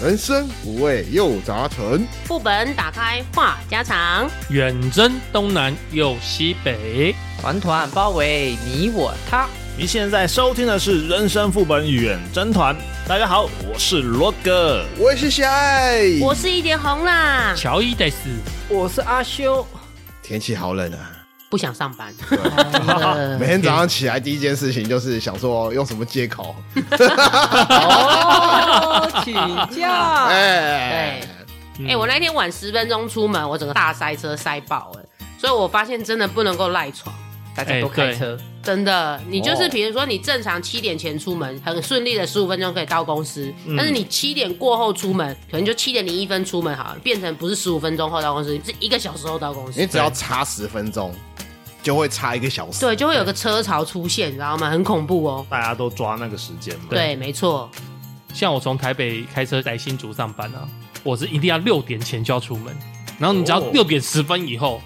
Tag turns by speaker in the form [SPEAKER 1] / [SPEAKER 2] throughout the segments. [SPEAKER 1] 人生五味又杂陈。
[SPEAKER 2] 副本打开话家常，
[SPEAKER 3] 远征东南又西北，
[SPEAKER 4] 团团包围你我他。
[SPEAKER 5] 您现在收听的是《人生副本远征团》，大家好，我是罗哥。
[SPEAKER 1] 我是小爱。
[SPEAKER 2] 我是一点红啦，
[SPEAKER 3] 乔伊得斯，
[SPEAKER 4] 我是阿修，
[SPEAKER 1] 天气好冷啊！
[SPEAKER 2] 不想上班，
[SPEAKER 1] 每天早上起来第一件事情就是想说用什么借口，
[SPEAKER 4] 哦，请
[SPEAKER 2] 啊
[SPEAKER 4] 假。
[SPEAKER 1] 哎、
[SPEAKER 2] 哎、我那天晚十分钟出门，我整个大塞车塞爆哎、所以我发现真的不能够赖床，
[SPEAKER 4] 大家都开车，
[SPEAKER 2] 真的，你就是
[SPEAKER 1] 哦
[SPEAKER 2] 比如说你正常七点前出门，很顺利的十五分钟可以到公司，
[SPEAKER 1] 嗯
[SPEAKER 2] 但是你七点过后出门，可能就七点零一分出门好了，变成不是十五分钟后到公司，是一个小时后到公司
[SPEAKER 1] 你，只要差十分钟，就会差一个小时。
[SPEAKER 2] 对，就会有个车潮出现，你知道吗？很恐怖哦。
[SPEAKER 5] 大家都抓那个时间嘛。
[SPEAKER 2] 对，没错，
[SPEAKER 3] 像我从台北开车来新竹上班啊，我是一定要六点前就要出门，然后你只要
[SPEAKER 5] 哦
[SPEAKER 3] 六点十分以后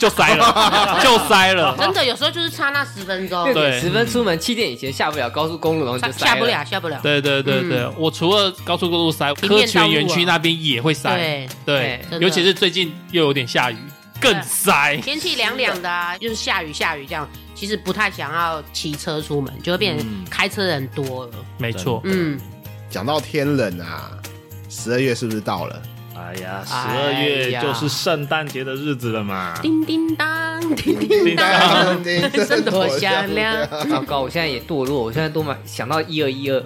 [SPEAKER 3] 就塞了，就塞了。
[SPEAKER 2] 真的有时候就是差那十分钟，
[SPEAKER 4] 六点
[SPEAKER 3] 对
[SPEAKER 4] 十分出门，七点以前下不了高速公路，然后
[SPEAKER 2] 哎下
[SPEAKER 4] 就
[SPEAKER 2] 下
[SPEAKER 4] 塞
[SPEAKER 2] 不。了，下不了。
[SPEAKER 3] 对对对对，我除了高速公路塞，
[SPEAKER 2] 平面道路啊
[SPEAKER 3] 科学园区那边也会塞，
[SPEAKER 2] 对，
[SPEAKER 3] 对
[SPEAKER 4] 对
[SPEAKER 2] 真，的
[SPEAKER 3] 尤其是最近又有点下雨，更塞。
[SPEAKER 2] 天气凉凉的啊，就是下雨下雨这样，其实不太想要骑车出门，就会变成开车人多了。
[SPEAKER 3] 没错，
[SPEAKER 2] 嗯，
[SPEAKER 1] 讲到天冷啊，十二月是不是到了？
[SPEAKER 5] 哎呀，十二
[SPEAKER 4] 哎
[SPEAKER 5] 月
[SPEAKER 4] 呀
[SPEAKER 5] 就是圣诞节的日子了嘛。
[SPEAKER 2] 叮叮当，叮叮当，
[SPEAKER 1] 真
[SPEAKER 2] 多响亮！
[SPEAKER 4] 糟糕，我现在也堕落，我现在都买想到一二一二，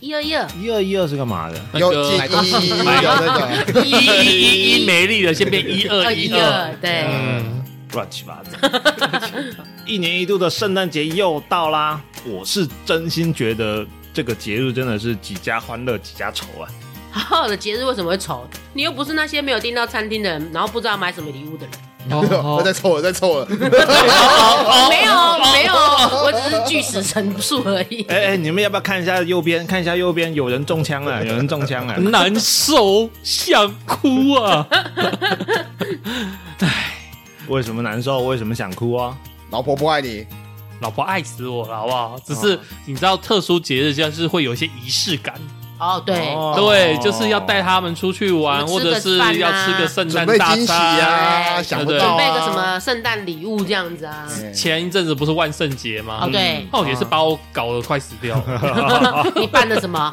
[SPEAKER 2] 一二一二，
[SPEAKER 5] 一二一二是干嘛的？
[SPEAKER 3] 那
[SPEAKER 1] 有
[SPEAKER 3] 个
[SPEAKER 1] 记忆，有那种，
[SPEAKER 3] 一一一一没力了，先变一二
[SPEAKER 2] 二
[SPEAKER 3] 一
[SPEAKER 2] 一
[SPEAKER 3] 二
[SPEAKER 2] 二，，对，
[SPEAKER 3] 嗯，
[SPEAKER 5] 乱七八糟。 一年一度的圣诞节又到啦，我是真心觉得这个节日真的是几家欢乐几家愁啊。
[SPEAKER 2] 好好的节日为什么会丑？你又不是那些没有订到餐厅的人，然后不知道买什么礼物的人。
[SPEAKER 4] 哦
[SPEAKER 1] 我在凑，我在凑 了。
[SPEAKER 2] 没有没有，我只是据实陈述而已。
[SPEAKER 5] 哎哎，你们要不要看一下右边？看一下右边，有人中枪了，有人中枪 了。
[SPEAKER 3] 难受，想哭啊！
[SPEAKER 5] 为什么难受？为什么想哭啊？
[SPEAKER 1] 老婆不爱你，
[SPEAKER 3] 老婆爱死我了，好不好？只是你知道，特殊节日就是会有一些仪式感，
[SPEAKER 2] 哦，对，
[SPEAKER 5] 哦
[SPEAKER 3] 对，就是要带他们出去
[SPEAKER 2] 什
[SPEAKER 3] 玩，
[SPEAKER 2] 么
[SPEAKER 3] 或
[SPEAKER 2] 吃个
[SPEAKER 3] 者是
[SPEAKER 2] 饭啊
[SPEAKER 3] 要吃个圣
[SPEAKER 1] 准
[SPEAKER 3] 诞
[SPEAKER 1] 备
[SPEAKER 3] 大
[SPEAKER 1] 惊喜
[SPEAKER 3] 餐。
[SPEAKER 1] 啊，
[SPEAKER 2] 对
[SPEAKER 1] 想不
[SPEAKER 3] 对
[SPEAKER 1] 到
[SPEAKER 2] 准
[SPEAKER 1] 啊
[SPEAKER 2] 备个什么圣诞礼物这样子啊。
[SPEAKER 1] 哎
[SPEAKER 3] 前一阵子不是万圣节吗
[SPEAKER 2] 哦，？对，
[SPEAKER 3] 哦，也是把我搞得快死掉 了。
[SPEAKER 2] 你办的什么？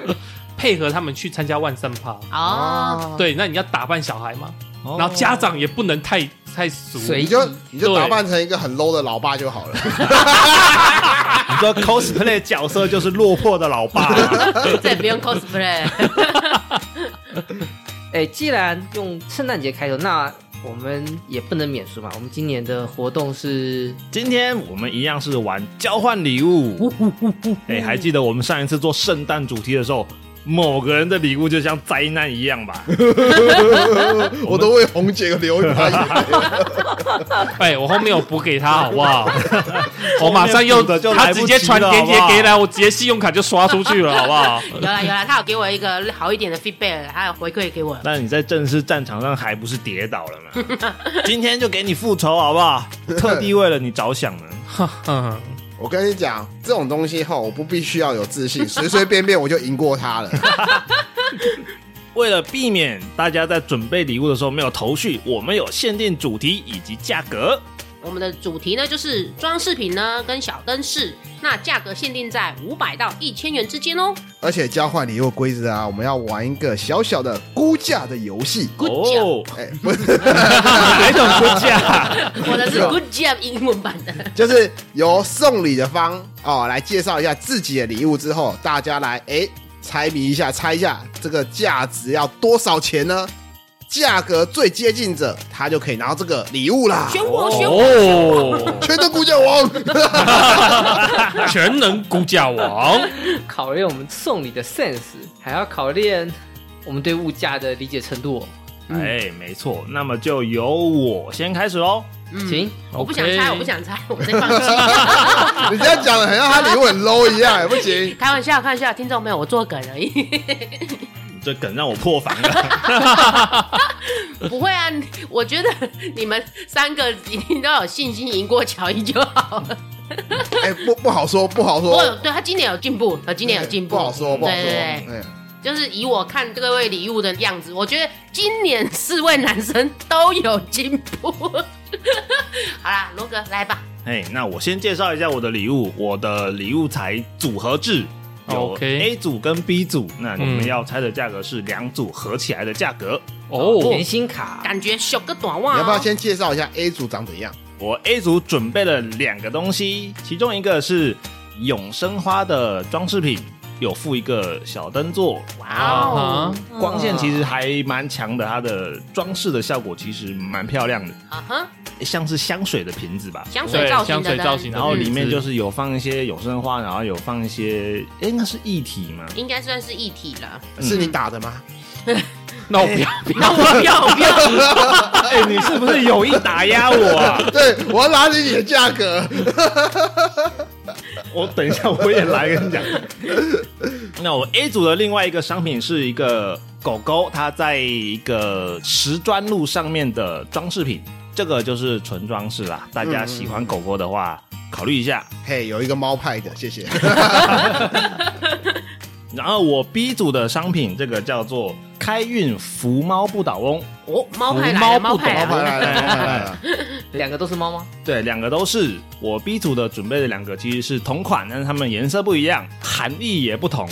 [SPEAKER 3] 配合他们去参加万圣趴，
[SPEAKER 2] 哦，
[SPEAKER 3] 对，那你要打扮小孩嘛，
[SPEAKER 5] 哦
[SPEAKER 3] 然后家长也不能太太俗，
[SPEAKER 4] 随
[SPEAKER 1] 你
[SPEAKER 4] 意
[SPEAKER 1] 就你就
[SPEAKER 3] 对
[SPEAKER 1] 打扮成一个很 low 的老爸就好了。
[SPEAKER 5] 你说 cosplay 角色就是落魄的老爸 啊、
[SPEAKER 2] 这也不用 cosplay。
[SPEAKER 4] 哎，既然用圣诞节开头，那我们也不能免俗嘛。我们今年的活动是
[SPEAKER 5] 今天我们一样是玩交换礼物。哎、还记得我们上一次做圣诞主题的时候，某个人的礼物就像灾难一样吧？
[SPEAKER 1] 我都为红姐流一把眼泪。
[SPEAKER 3] 哎，我后面有补给他，好不 好？啊我马上又
[SPEAKER 5] 后面补的就
[SPEAKER 3] 他
[SPEAKER 5] 来不及
[SPEAKER 3] 直接传
[SPEAKER 5] 了
[SPEAKER 3] 链接
[SPEAKER 5] 好不好
[SPEAKER 3] 给来，我直接信用卡就刷出去了，好不好？
[SPEAKER 2] 有啦有啦，他有给我一个好一点的 feedback，他有回馈给我。
[SPEAKER 5] 那你在正式战场上还不是跌倒了吗？ 今天就给你复仇好不好？特地为了你着想呢。
[SPEAKER 3] 嗯，
[SPEAKER 1] 我跟你讲，这种东西哈，我不必须要有自信，随随便便我就赢过他了。
[SPEAKER 5] 为了避免大家在准备礼物的时候没有头绪，我们有限定主题以及价格。
[SPEAKER 2] 我们的主题呢就是装饰品呢跟小灯饰，那价格限定在五百到一千元之间哦。
[SPEAKER 1] 而且交换礼物规则啊，我们要玩一个小小的估价的游戏。
[SPEAKER 2] Good job，、
[SPEAKER 5] 哦，
[SPEAKER 1] 哎、不是，
[SPEAKER 5] 哪一种 估价？
[SPEAKER 2] 我的是 Good job 英文版的。
[SPEAKER 1] 就是由送礼的方哦来介绍一下自己的礼物之后，大家来哎、猜谜一下，猜一下这个价值要多少钱呢？价格最接近者，他就可以拿到这个礼物啦！
[SPEAKER 2] 选我选我，
[SPEAKER 3] 哦，
[SPEAKER 1] 全能估价王，
[SPEAKER 3] 全能估价王，
[SPEAKER 4] 考验我们送礼的 sense，还要考验我们对物价的理解程度、哦。
[SPEAKER 5] 哎，没错，那么就由我先开始哦喽。
[SPEAKER 2] 嗯
[SPEAKER 4] 行，
[SPEAKER 2] 我不想
[SPEAKER 3] OK
[SPEAKER 2] 猜，我不想猜，我在放弃。
[SPEAKER 1] 人家讲的很像他礼物很 low 一样，哎不 行。
[SPEAKER 2] 开玩笑，开玩笑，听众朋友，我做梗而已。
[SPEAKER 5] 这梗让我破防了。
[SPEAKER 2] 不会啊，我觉得你们三个一定都有信心赢过乔伊就好了。
[SPEAKER 1] 哎、不不好说，不好
[SPEAKER 2] 不
[SPEAKER 1] 说
[SPEAKER 2] 过，，对他今年有进步，他今年有进步，
[SPEAKER 1] 不好说，不好说。
[SPEAKER 2] 对对对
[SPEAKER 1] 哎
[SPEAKER 2] 就是以我看各位礼物的样子，我觉得今年四位男生都有进步。 好啦，罗哥来吧，
[SPEAKER 5] 哎，那我先介绍一下我的礼物，我的礼物才组合制。有
[SPEAKER 3] OK
[SPEAKER 5] A 组跟 B 组，那你
[SPEAKER 3] 嗯
[SPEAKER 5] 们要猜的价格是两组合起来的价格。
[SPEAKER 3] 哦
[SPEAKER 4] 甜，心卡，
[SPEAKER 2] 感觉小个短袜、哦，
[SPEAKER 1] 你要不要先介绍一下 A 组长怎样？
[SPEAKER 5] 我 A 组准备了两个东西，其中一个是永生花的装饰品，有附一个小灯座，
[SPEAKER 3] 啊
[SPEAKER 2] 哇哦，
[SPEAKER 5] 光线其实还蛮强的，它的装饰的效果其实蛮漂亮的，
[SPEAKER 2] 啊哈，
[SPEAKER 5] 像是香水的瓶子吧。
[SPEAKER 2] 香水造型
[SPEAKER 3] 对香水
[SPEAKER 2] 的灯
[SPEAKER 3] 造型的
[SPEAKER 5] 然后里面
[SPEAKER 3] 嗯
[SPEAKER 5] 就是有放一些永生花，然后有放一些，哎，那是液体吗？
[SPEAKER 2] 应该算是一体了。
[SPEAKER 1] 是你打的吗？
[SPEAKER 3] 那我不
[SPEAKER 1] 哎
[SPEAKER 3] 要，不
[SPEAKER 2] 那
[SPEAKER 3] 要，
[SPEAKER 2] 我不要，我不要，
[SPEAKER 5] 哎，你是不是有意打压我啊？
[SPEAKER 1] 对，我要拿你你的价格。
[SPEAKER 5] 我等一下我也来跟你讲。那我 A 组的另外一个商品是一个狗狗，它在一个石砖路上面的装饰品，这个就是纯装饰啦。大家喜欢狗狗的话，考虑一下。
[SPEAKER 1] 嘿，有一个猫派的，谢谢。
[SPEAKER 5] 然后我 B 组的商品，这个叫做开运福猫不倒翁，
[SPEAKER 2] 哦，
[SPEAKER 3] 嗯
[SPEAKER 2] 猫派来了，猫
[SPEAKER 5] 猫不
[SPEAKER 2] 派 来
[SPEAKER 1] 猫派
[SPEAKER 2] 了，
[SPEAKER 1] 来了，猫派来了。
[SPEAKER 4] 两个都是猫吗？
[SPEAKER 5] 对，两个都是我 B 组的准备的两个其实是同款，但是它们颜色不一样，含义也不同。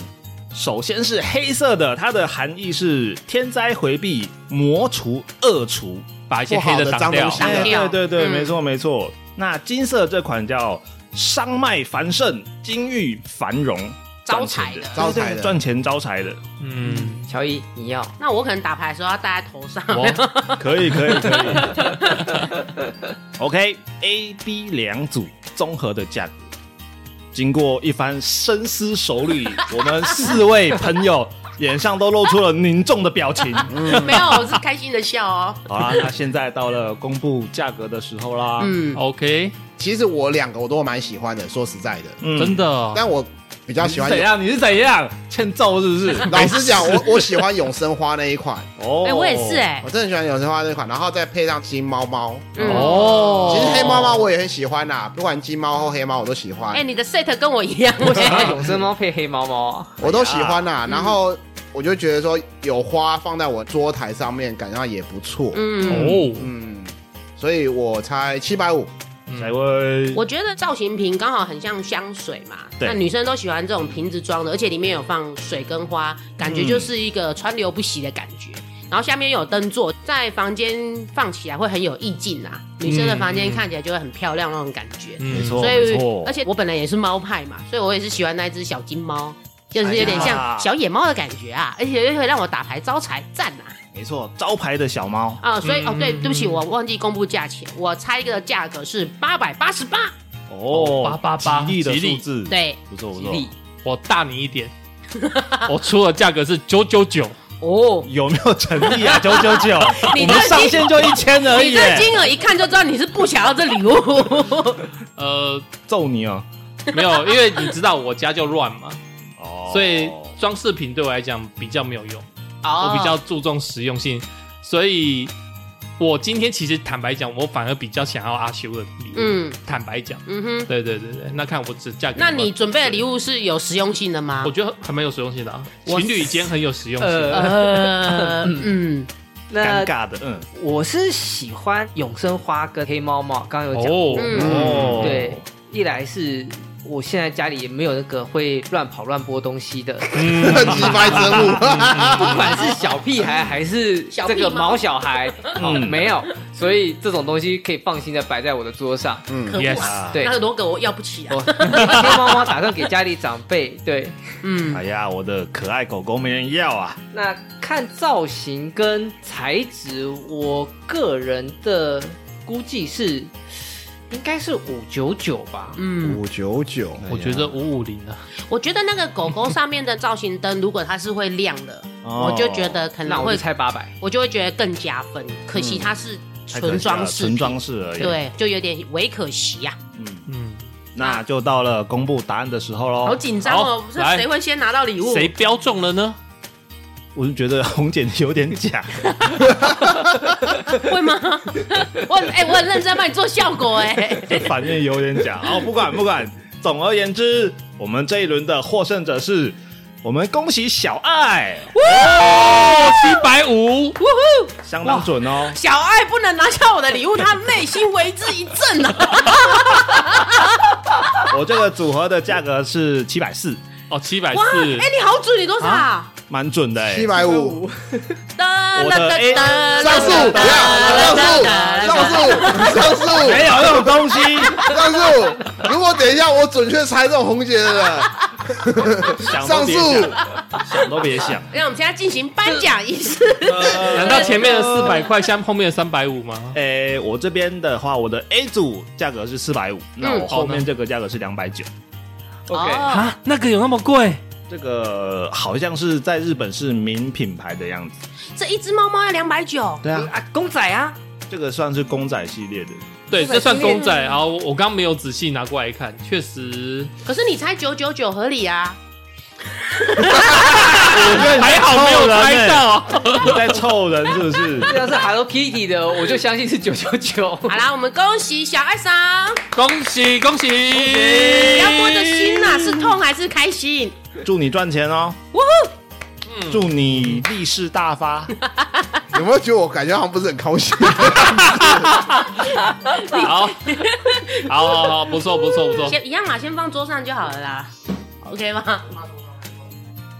[SPEAKER 5] 首先是黑色的，它的含义是天灾回避、磨除、恶除。
[SPEAKER 3] 把一些黑的挡掉
[SPEAKER 1] 不好的脏东西。
[SPEAKER 2] 挡掉
[SPEAKER 5] 对对对，
[SPEAKER 2] 嗯
[SPEAKER 5] 没错没错。那金色这款叫商脉繁盛、金玉繁荣、
[SPEAKER 2] 招财的。
[SPEAKER 1] 招财的
[SPEAKER 5] 赚钱招财的，
[SPEAKER 3] 嗯，
[SPEAKER 4] 乔伊，你要
[SPEAKER 2] 那我可能打牌的时候要戴在头上。
[SPEAKER 3] 我
[SPEAKER 5] 可以可以可以。OK，A、B 两组综合的价格，经过一番深思熟虑，我们四位朋友脸上都露出了凝重的表情。
[SPEAKER 3] 嗯
[SPEAKER 2] 没有，我是开心的笑哦。
[SPEAKER 5] 好啦，那现在到了公布价格的时候啦。
[SPEAKER 2] 嗯，
[SPEAKER 3] OK，
[SPEAKER 1] 其实我两个我都蛮喜欢的，说实在的，
[SPEAKER 5] 嗯
[SPEAKER 3] 真的哦，
[SPEAKER 1] 但我比较喜
[SPEAKER 5] 你是
[SPEAKER 1] 欢
[SPEAKER 5] 怎。
[SPEAKER 2] 啊
[SPEAKER 5] 样？你是怎样？欠揍是不是？哎
[SPEAKER 1] 老实 讲，我我喜欢永生花那一款，
[SPEAKER 5] 哦
[SPEAKER 2] 哎，我也是哎
[SPEAKER 1] 我。真的很喜欢永生花那一款，然后再配上金猫猫。
[SPEAKER 2] 嗯，
[SPEAKER 3] 哦，
[SPEAKER 1] 其实黑猫猫我也很喜欢啦，不管金猫或黑猫我都喜欢
[SPEAKER 2] 哎，，你的 set 跟我一样。哎
[SPEAKER 4] 我想
[SPEAKER 3] 哦
[SPEAKER 4] 要哎永生猫配黑猫猫啊，
[SPEAKER 1] 我都喜欢啦。然后我就觉得说有花放在我桌台上面，感觉也不错。
[SPEAKER 2] 嗯，
[SPEAKER 3] 哦，
[SPEAKER 1] 嗯，所以我猜七百 五。
[SPEAKER 5] 下一位，
[SPEAKER 2] 我觉得造型瓶刚好很像香水嘛，
[SPEAKER 5] 对
[SPEAKER 2] 那女生都喜欢这种瓶子装的，而且里面有放水跟花，感觉就是一个川流不息的感觉。然后下面有灯座，在房间放起来会很有意境啊，女生的房间看起来就会很漂亮那种感觉。
[SPEAKER 1] 嗯
[SPEAKER 5] 没
[SPEAKER 3] 没
[SPEAKER 2] 所
[SPEAKER 5] 错没
[SPEAKER 2] 以
[SPEAKER 5] 嗯错，
[SPEAKER 2] 而且我本来也是猫派嘛，所以我也是喜欢那一只小金猫，就是有点
[SPEAKER 5] 哎
[SPEAKER 2] 像
[SPEAKER 5] 呀
[SPEAKER 2] 小野猫的感觉啊，而且又会让我打牌招财，赞啊！
[SPEAKER 5] 没错，招牌的小猫。
[SPEAKER 2] 啊，所以、哦，对，
[SPEAKER 3] 嗯
[SPEAKER 2] 对不起，我忘记公布价钱，我猜一个价格是八百八十八，
[SPEAKER 5] 哦
[SPEAKER 3] 888
[SPEAKER 5] 吉利的
[SPEAKER 3] 吉利
[SPEAKER 5] 数字，，
[SPEAKER 2] 对，
[SPEAKER 5] 不错不
[SPEAKER 4] 吉
[SPEAKER 5] 错。
[SPEAKER 4] 利，
[SPEAKER 3] 我大你一点， 我出的价格是九九九，
[SPEAKER 2] 哦，
[SPEAKER 5] 有没有诚意啊？九九九，
[SPEAKER 2] 你这
[SPEAKER 5] 我们上限就一千而
[SPEAKER 2] 你
[SPEAKER 5] 已
[SPEAKER 2] 这
[SPEAKER 5] 耶，
[SPEAKER 2] 金额一看就知道你是不想要这礼物，
[SPEAKER 3] 呃，
[SPEAKER 5] 揍你哦！
[SPEAKER 3] 没有，因为你知道我家就乱嘛，
[SPEAKER 5] 哦
[SPEAKER 3] 所以装饰品对我来讲比较没有用，
[SPEAKER 2] 哦
[SPEAKER 3] 我比较注重实用性，所以我今天其实坦白讲，我反而比较想要阿修的礼物，
[SPEAKER 2] 嗯
[SPEAKER 3] 坦白讲，
[SPEAKER 2] 嗯哼，
[SPEAKER 3] 对对对对，那看我只价格有没有，
[SPEAKER 2] 那你准备的礼物是有实用性的吗
[SPEAKER 3] 我？觉得还蛮有实用性的啊，
[SPEAKER 4] 我
[SPEAKER 3] 情侣间很有实用性，
[SPEAKER 4] 呃，
[SPEAKER 2] 呃，嗯，
[SPEAKER 4] 那
[SPEAKER 5] 尴尬的，嗯，
[SPEAKER 4] 我是喜欢永生花跟黑猫猫，刚刚有讲过，
[SPEAKER 3] 哦
[SPEAKER 2] 嗯
[SPEAKER 5] 哦
[SPEAKER 4] 对，，一来是我现在家里也没有那个会乱跑乱拨东西的，
[SPEAKER 1] 嗯鸡掰真物，
[SPEAKER 4] 不管是小屁 孩还是
[SPEAKER 2] 小
[SPEAKER 4] 这
[SPEAKER 2] 屁
[SPEAKER 4] 个
[SPEAKER 2] 猫
[SPEAKER 4] 毛小孩，哦
[SPEAKER 5] 嗯
[SPEAKER 4] 没有，所以这种东西可以放心的摆在我的桌上。
[SPEAKER 1] 嗯
[SPEAKER 2] 可恶啊，
[SPEAKER 5] Yes
[SPEAKER 4] 对
[SPEAKER 2] 那个罗格我要不起啊
[SPEAKER 4] 我， 黑猫猫打算给家里长辈，对，
[SPEAKER 2] 嗯
[SPEAKER 5] 哎呀，我的可爱狗狗没人要啊！
[SPEAKER 4] 那看造型跟材质，我个人的估计是应该是五九九吧。
[SPEAKER 2] 嗯。
[SPEAKER 1] 五九九，
[SPEAKER 3] 我觉得五五零啊，
[SPEAKER 2] 我觉得那个狗狗上面的造型灯，如果它是会亮的，
[SPEAKER 5] 哦
[SPEAKER 2] 我就觉得可
[SPEAKER 4] 那
[SPEAKER 2] 能
[SPEAKER 4] 我
[SPEAKER 2] 会
[SPEAKER 4] 就，猜八百，
[SPEAKER 2] 我就会觉得更加分。可惜它是纯装饰
[SPEAKER 5] 纯
[SPEAKER 2] 品，
[SPEAKER 5] 装饰而已。，
[SPEAKER 2] 对，就有点微可惜啊呀、
[SPEAKER 5] 嗯，
[SPEAKER 3] 嗯，
[SPEAKER 5] 那就到了公布答案的时候
[SPEAKER 2] 啊。好
[SPEAKER 5] 喽。
[SPEAKER 2] 紧张哦，
[SPEAKER 3] 好
[SPEAKER 2] 不知道
[SPEAKER 3] 来
[SPEAKER 2] 谁会先拿到礼物？
[SPEAKER 3] 谁标中了呢？
[SPEAKER 5] 我就觉得红姐有点 假，
[SPEAKER 2] 会吗？ 我很哎、我很认真帮你做效果哎、
[SPEAKER 5] 这反应有点假。哦，不管不管，总而言之，我们这一轮的获胜者是我们恭喜小爱，
[SPEAKER 3] 哦，七百五，
[SPEAKER 5] 相当准哦。
[SPEAKER 2] 小爱不能拿下我的礼物，他内心为之一震 啊！
[SPEAKER 5] 我这个组合的价格是七百四，
[SPEAKER 3] 哦，七百
[SPEAKER 2] 哇，哎、
[SPEAKER 3] 四，
[SPEAKER 2] 你好准，你啊多少？
[SPEAKER 1] 啊
[SPEAKER 5] 蛮准的哎、
[SPEAKER 1] 七百五，
[SPEAKER 2] 哒
[SPEAKER 5] 我的 A-
[SPEAKER 1] 哎上诉，不要上诉，上诉，上诉，
[SPEAKER 5] 没有那种东西，
[SPEAKER 1] 上诉。如果等一下我准确猜中红姐的了，
[SPEAKER 5] 想都
[SPEAKER 1] 上
[SPEAKER 5] 别
[SPEAKER 1] 诉
[SPEAKER 5] 想，想都别想。
[SPEAKER 2] 让我们现在进行颁奖仪式。哎
[SPEAKER 5] 呃
[SPEAKER 3] 难道前面的
[SPEAKER 2] 啊
[SPEAKER 3] 四百块，像后面的三百五吗？
[SPEAKER 5] 诶、呃我这边的话，我的 A 组价格是四百五，
[SPEAKER 1] 嗯
[SPEAKER 5] 那我后
[SPEAKER 3] 好
[SPEAKER 5] 面
[SPEAKER 3] 呢
[SPEAKER 5] 这个价格是两百九。
[SPEAKER 2] 哦
[SPEAKER 3] 啊，那个有那么贵？
[SPEAKER 5] 这个好像是在日本是名品牌的样子，
[SPEAKER 2] 这一只猫猫要两百九，
[SPEAKER 5] 对啊，
[SPEAKER 4] 啊，公仔啊，
[SPEAKER 5] 这个算是公仔系 列的，
[SPEAKER 3] 对，这算公
[SPEAKER 2] 公仔
[SPEAKER 3] 仔。好，我我刚刚没有仔细拿过来看，确实
[SPEAKER 2] 可是你猜九九九合理啊？
[SPEAKER 3] 还好没有猜到。
[SPEAKER 5] 你在凑人是不是？
[SPEAKER 4] 这要是 Hello Kitty 的，我就相信是九九九。
[SPEAKER 2] 好啦，我们恭喜小爱上，
[SPEAKER 3] 恭喜恭喜！
[SPEAKER 2] 不要
[SPEAKER 3] 不
[SPEAKER 2] 摸着心呐、是痛还是开心？
[SPEAKER 5] 祝你赚钱哦，
[SPEAKER 2] 哇哦，
[SPEAKER 5] 祝你利市大发。
[SPEAKER 1] 有没有觉得我感觉好像不是很高兴？
[SPEAKER 3] 好，好好好，不错不错不错。
[SPEAKER 2] 先一样嘛，先放桌上就好了啦，OK 吗？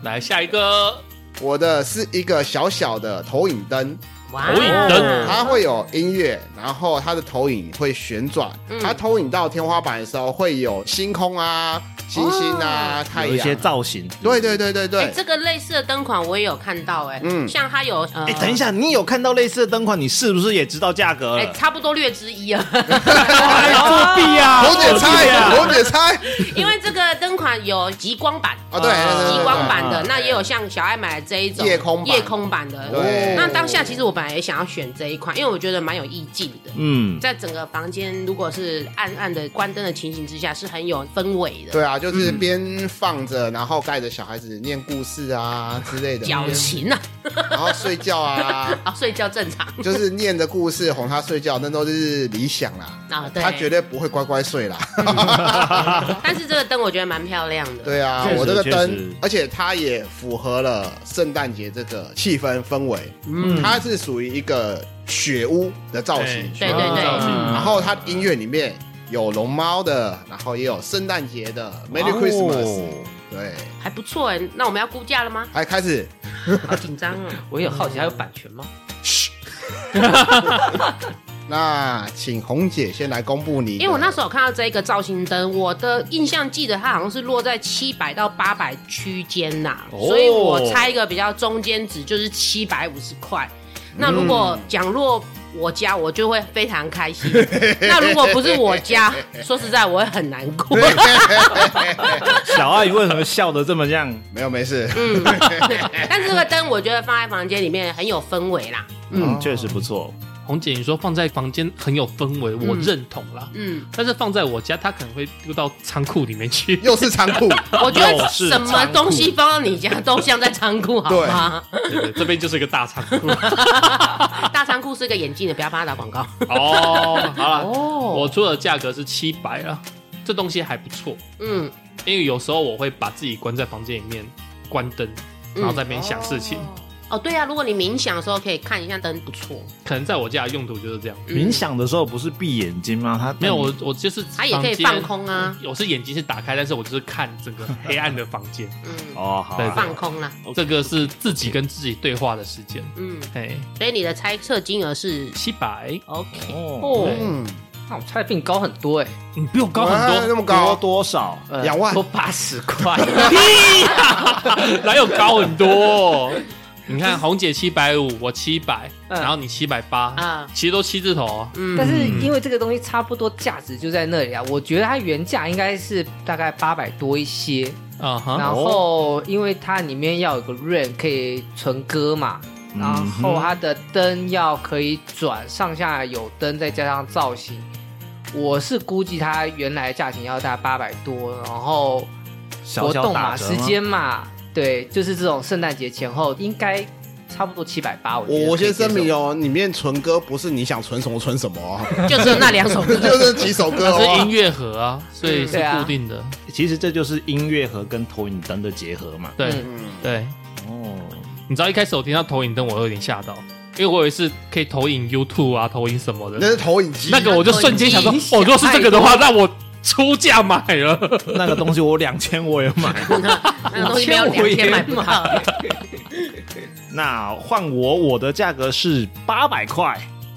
[SPEAKER 3] 来下一个，
[SPEAKER 1] 我的是一个小小的投影灯，
[SPEAKER 2] 哇哦
[SPEAKER 3] 投影灯
[SPEAKER 1] 它会有音乐，然后它的投影会旋转，
[SPEAKER 2] 嗯
[SPEAKER 1] 它投影到天花板的时候会有星空啊、星星啊、太
[SPEAKER 5] 有一
[SPEAKER 1] 阳
[SPEAKER 5] 些
[SPEAKER 1] 啊。
[SPEAKER 5] 造型。
[SPEAKER 1] 对对对对
[SPEAKER 2] 哎、
[SPEAKER 1] 对，
[SPEAKER 2] 这个类似的灯款我也有看到、哎，
[SPEAKER 1] 嗯
[SPEAKER 2] 像它有，哎、
[SPEAKER 5] 哎、等一，下，呃你有看到类似的灯款，你是不是也知道价格
[SPEAKER 2] 哎、
[SPEAKER 5] 了？
[SPEAKER 2] 差不多略知一啊二，
[SPEAKER 5] 哎作弊啊！
[SPEAKER 1] 红姐
[SPEAKER 5] 作弊
[SPEAKER 1] 猜，
[SPEAKER 5] 啊！
[SPEAKER 1] 红姐猜，
[SPEAKER 2] 因为这个灯款有极光版。
[SPEAKER 1] 啊对对对对
[SPEAKER 2] 极光版的，
[SPEAKER 5] 对
[SPEAKER 2] 那也有像小爱买的这一种
[SPEAKER 1] 夜空版
[SPEAKER 2] 夜空版的。
[SPEAKER 1] 对
[SPEAKER 2] 那当下其实我本来也想要选这一款，因为我觉得蛮有意境的。
[SPEAKER 5] 嗯，
[SPEAKER 2] 在整个房间如果是暗暗的关灯的情形之下，是很有氛围的，
[SPEAKER 1] 对啊，就是边放着，然后带着小孩子念故事啊之类的，
[SPEAKER 2] 矫情啊，
[SPEAKER 1] 然后睡觉 啊，
[SPEAKER 2] 啊，睡觉正常
[SPEAKER 1] 就是念着故事哄他睡觉，那都是理想啦。
[SPEAKER 2] 啊，对，
[SPEAKER 1] 他绝 对不会乖乖睡啦。
[SPEAKER 2] 但是这个灯我觉得蛮漂亮的，
[SPEAKER 1] 对啊
[SPEAKER 5] 确，实
[SPEAKER 1] 我这个
[SPEAKER 5] 确
[SPEAKER 1] 灯
[SPEAKER 5] 实，
[SPEAKER 1] 而且它也符合了圣诞节这个气氛氛围。
[SPEAKER 2] 嗯，
[SPEAKER 1] 它是属于一个雪屋的造型，
[SPEAKER 2] 对对对
[SPEAKER 3] 哎造型
[SPEAKER 5] 嗯
[SPEAKER 1] 然后它音乐里面有龙猫的，然后也有圣诞节的 Merry Christmas，、
[SPEAKER 5] 哦
[SPEAKER 1] 对，
[SPEAKER 2] 还不错哎。那我们要估价了吗？
[SPEAKER 1] 还开始
[SPEAKER 2] 好紧张啊！
[SPEAKER 4] 我也有好奇，还有版权吗？
[SPEAKER 1] 那请红姐先来公布你的，
[SPEAKER 2] 因为我那时候有看到这个造型灯，我的印象记得它好像是落在七百到八百区间呐，
[SPEAKER 5] 哦
[SPEAKER 2] 所以我猜一个比较中间值就是七百五十块。那如果
[SPEAKER 5] 嗯
[SPEAKER 2] 讲落我家，我就会非常开 心。那如果不是我家，说实在我会很难过。
[SPEAKER 5] 小阿姨为什么笑的这么样？
[SPEAKER 1] 没有没事，
[SPEAKER 2] 嗯， 但是这个灯我觉得放在房间里面很有氛围啦。
[SPEAKER 5] 嗯，确实不错。
[SPEAKER 3] 红姐，你说放在房间很有氛围，我认同啦。
[SPEAKER 2] 嗯，
[SPEAKER 3] 但是放在我家，它可能会丢到仓库里面去。
[SPEAKER 1] 又是仓库，
[SPEAKER 2] 我觉得
[SPEAKER 5] 又哦是
[SPEAKER 2] 什么
[SPEAKER 5] 仓库
[SPEAKER 2] 东西放到你家都像在仓库，好吗？
[SPEAKER 3] 对对这边就是一个大仓库。
[SPEAKER 2] 大仓库是个眼镜的，不要帮他打广 告。
[SPEAKER 3] 哦，好了，
[SPEAKER 2] 哦，
[SPEAKER 3] 我出的价格是七百啊，这东西还不错，
[SPEAKER 2] 嗯，
[SPEAKER 3] 因为有时候我会把自己关在房间里面关灯，然后在那边想事情。
[SPEAKER 2] 哦，对啊，如果你冥想的时候可以看一下灯，不错。
[SPEAKER 3] 可能在我家的用途就是这样。
[SPEAKER 2] 嗯
[SPEAKER 5] 冥想的时候不是闭眼睛吗？他
[SPEAKER 3] 没有，我我就是
[SPEAKER 2] 它也可以
[SPEAKER 3] 房
[SPEAKER 2] 放
[SPEAKER 3] 间
[SPEAKER 2] 空啊，
[SPEAKER 3] 我是眼睛是打开，但是我就是看整个黑暗的房 间。
[SPEAKER 2] 嗯，
[SPEAKER 5] 哦，好啊
[SPEAKER 3] 对
[SPEAKER 2] 放空啦。
[SPEAKER 3] 这个是自己跟自己对话的时间。
[SPEAKER 2] 嗯，
[SPEAKER 3] 哎，
[SPEAKER 2] 所以你的猜测金额是
[SPEAKER 3] 七百，
[SPEAKER 2] OK
[SPEAKER 5] 哦，
[SPEAKER 2] 哦，
[SPEAKER 1] 嗯，
[SPEAKER 4] 那我猜的比你高很多哎、
[SPEAKER 3] 你比我嗯高很
[SPEAKER 1] 哇那
[SPEAKER 3] 多，
[SPEAKER 1] 么
[SPEAKER 5] 高
[SPEAKER 1] 高，
[SPEAKER 5] 多少？
[SPEAKER 4] 呃
[SPEAKER 1] 两万
[SPEAKER 4] 多八十块，
[SPEAKER 3] 哪有高很多？你看红姐七百五，我七百，
[SPEAKER 4] 嗯
[SPEAKER 3] 然后你七百八，
[SPEAKER 2] 啊，
[SPEAKER 3] 其实都七字头哦。
[SPEAKER 2] 嗯，
[SPEAKER 4] 但是因为这个东西差不多价值就在那里啊，我觉得它原价应该是大概八百多一些，
[SPEAKER 3] 啊哦哈，
[SPEAKER 4] 然后因为它里面要有个 RAM 可以存歌嘛，
[SPEAKER 3] 嗯
[SPEAKER 4] 然后它的灯要可以转上下有灯，再加上造型，我是估计它原来价钱要大概八百多，然后
[SPEAKER 5] 小
[SPEAKER 4] 活
[SPEAKER 5] 小
[SPEAKER 4] 动
[SPEAKER 5] 打
[SPEAKER 4] 嘛，
[SPEAKER 5] 折
[SPEAKER 4] 时
[SPEAKER 5] 吗
[SPEAKER 4] 间嘛，对，就是这种圣诞节前后应该差不多七百八，我觉得
[SPEAKER 1] 我
[SPEAKER 4] 可以
[SPEAKER 1] 先声
[SPEAKER 4] 接
[SPEAKER 1] 明
[SPEAKER 4] 受
[SPEAKER 1] 哦，里面存歌不是你想存什么存什么、哦，
[SPEAKER 2] 就只有那两首歌。
[SPEAKER 1] 就是几首歌、
[SPEAKER 2] 嗯
[SPEAKER 3] 它
[SPEAKER 1] 哦。
[SPEAKER 3] 是音乐盒啊，所以是
[SPEAKER 4] 对啊
[SPEAKER 3] 固定的。
[SPEAKER 5] 其实这就是音乐盒跟投影灯的结合嘛。
[SPEAKER 3] 对
[SPEAKER 4] 嗯
[SPEAKER 3] 对，
[SPEAKER 5] 哦，
[SPEAKER 3] 你知道一开始我听到投影灯，我有点吓到，因为我以为是可以投影 YouTube 啊，投影什么
[SPEAKER 1] 那
[SPEAKER 3] 的。
[SPEAKER 1] 是投影机，
[SPEAKER 3] 那个我就瞬间想说
[SPEAKER 2] 投影，机
[SPEAKER 3] 哦，若是这个的话，那我出价买了。
[SPEAKER 5] 那个东西我两千我也买。
[SPEAKER 2] 那个东西没有两天买 不到。
[SPEAKER 5] 那换我，我的价格是八百块。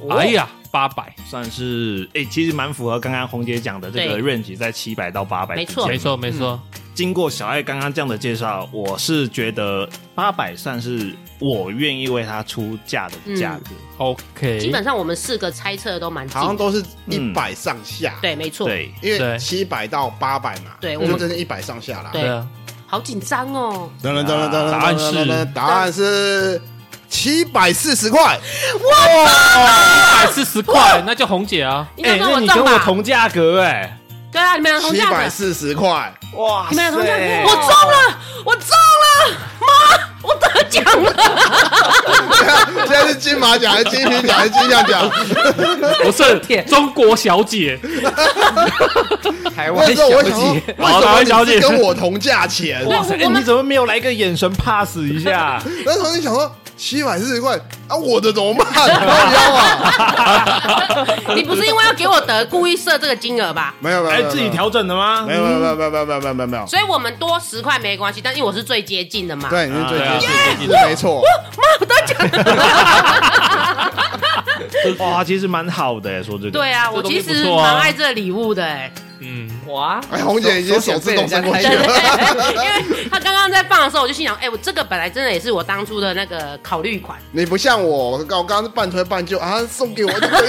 [SPEAKER 2] 哦
[SPEAKER 4] 哦
[SPEAKER 3] 哎，呀，八百，
[SPEAKER 5] 算是哎、其实蛮符合刚刚红姐讲的这个 range 在七百到八百。
[SPEAKER 2] 没错
[SPEAKER 3] 没错没错，
[SPEAKER 2] 嗯
[SPEAKER 5] 经过小爱刚刚这样的介绍，我是觉得八百算是我愿意为它出价的价格。
[SPEAKER 3] OK，
[SPEAKER 2] 基本上我们四个猜测都蛮近
[SPEAKER 1] 好像
[SPEAKER 2] 的，
[SPEAKER 1] 都是一百上下，
[SPEAKER 2] 对，没错，
[SPEAKER 5] 对，
[SPEAKER 1] 因为
[SPEAKER 3] 对
[SPEAKER 1] 七百到八百嘛，
[SPEAKER 2] 对我
[SPEAKER 1] 我
[SPEAKER 2] 们
[SPEAKER 1] 们真是一百上下啦。
[SPEAKER 3] 对啊，
[SPEAKER 2] 好紧张哦！
[SPEAKER 1] 噔噔噔噔噔，
[SPEAKER 3] 答案是
[SPEAKER 1] 答案是七百四十块，
[SPEAKER 3] 一百四十块，那就红姐啊，
[SPEAKER 2] 你要跟
[SPEAKER 5] 那
[SPEAKER 2] 我
[SPEAKER 5] 你
[SPEAKER 2] 中
[SPEAKER 5] 跟我
[SPEAKER 2] 吧？
[SPEAKER 5] 同价格哎、
[SPEAKER 2] 对啊，你们俩同
[SPEAKER 1] 七
[SPEAKER 2] 价
[SPEAKER 1] 百
[SPEAKER 2] 格，
[SPEAKER 1] 四十块，
[SPEAKER 5] 哇
[SPEAKER 2] 你们俩同价格，
[SPEAKER 5] 塞
[SPEAKER 2] 我中了，我中了，妈，我得奖了！
[SPEAKER 1] 现在是金马奖还是金曲奖还是金像奖？
[SPEAKER 3] 不 是
[SPEAKER 4] 天
[SPEAKER 3] 中国小姐，
[SPEAKER 4] 台
[SPEAKER 1] 那
[SPEAKER 3] 哎
[SPEAKER 4] 湾
[SPEAKER 1] 时候我
[SPEAKER 4] 小
[SPEAKER 1] 想说，为什么
[SPEAKER 4] 姐，
[SPEAKER 1] 你是跟我同价钱？
[SPEAKER 5] 哇塞、
[SPEAKER 2] 对我们
[SPEAKER 5] 你怎么没有来个眼神 pass 一下？
[SPEAKER 1] 那时候你想说七百四十块啊，我的怎么办？靠腰啊，
[SPEAKER 2] 你不是因为要给我得故意设这个金额吧？
[SPEAKER 1] 没有没有
[SPEAKER 5] 哎、
[SPEAKER 1] 没有，
[SPEAKER 5] 自己，调整的吗？
[SPEAKER 1] 没有没有没有没有没有没有没有没有，
[SPEAKER 2] 所以我们多十块没关系，但因为我是最接近的嘛。
[SPEAKER 1] 对，你是最
[SPEAKER 5] 啊
[SPEAKER 1] 接
[SPEAKER 5] 对
[SPEAKER 1] 近
[SPEAKER 5] 啊
[SPEAKER 1] 的，你是没错。
[SPEAKER 2] 妈，我得奖了！
[SPEAKER 5] 哇，其实蛮好的、说这个。
[SPEAKER 2] 对啊，
[SPEAKER 3] 这
[SPEAKER 2] 我
[SPEAKER 3] 东西
[SPEAKER 2] 其
[SPEAKER 3] 不
[SPEAKER 2] 实
[SPEAKER 3] 错啊
[SPEAKER 2] 蛮爱这礼物的哎。
[SPEAKER 3] 嗯，
[SPEAKER 4] 哇，
[SPEAKER 1] 哎，红姐已经手自动伸过去 了，
[SPEAKER 2] 因为他刚刚在放的时候，我就心想，哎、我这个本来真的也是我当初的那个考虑款，
[SPEAKER 1] 你不像我，我刚我刚刚是半推半就啊，送给我就可以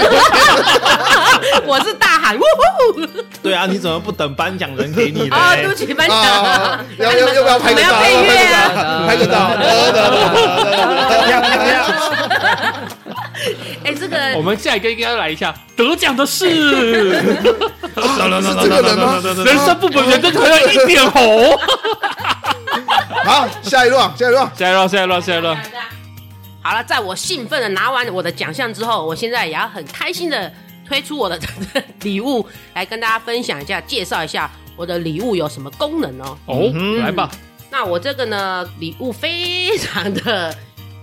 [SPEAKER 1] 了。
[SPEAKER 2] 我是大喊，呜 呼
[SPEAKER 5] 对啊，你怎么不等颁奖人给你嘞？
[SPEAKER 2] 啊，对不起，班长，
[SPEAKER 1] 啊
[SPEAKER 2] 啊，
[SPEAKER 1] 要要要不要拍
[SPEAKER 2] 我
[SPEAKER 1] 个
[SPEAKER 2] 们
[SPEAKER 1] 照？
[SPEAKER 2] 要配乐嗯啊，
[SPEAKER 1] 拍个照，拍个照。
[SPEAKER 2] 哎、这个
[SPEAKER 3] 嗯我们下一个应该来一下得奖的 是
[SPEAKER 1] 是这个人吗？
[SPEAKER 3] 人生不本，人生可能一点红。
[SPEAKER 1] 好，下一段，下一段。
[SPEAKER 3] 下一轮，下一轮，下一轮，
[SPEAKER 2] 好了，在我兴奋的拿完我的奖项之后，我现在也要很开心的推出我的 礼物来跟大家分享一下，介绍一下我的礼物有什么功能哦。
[SPEAKER 3] 哦
[SPEAKER 5] 嗯，
[SPEAKER 3] 来吧，
[SPEAKER 2] 那我这个呢，礼物非常的，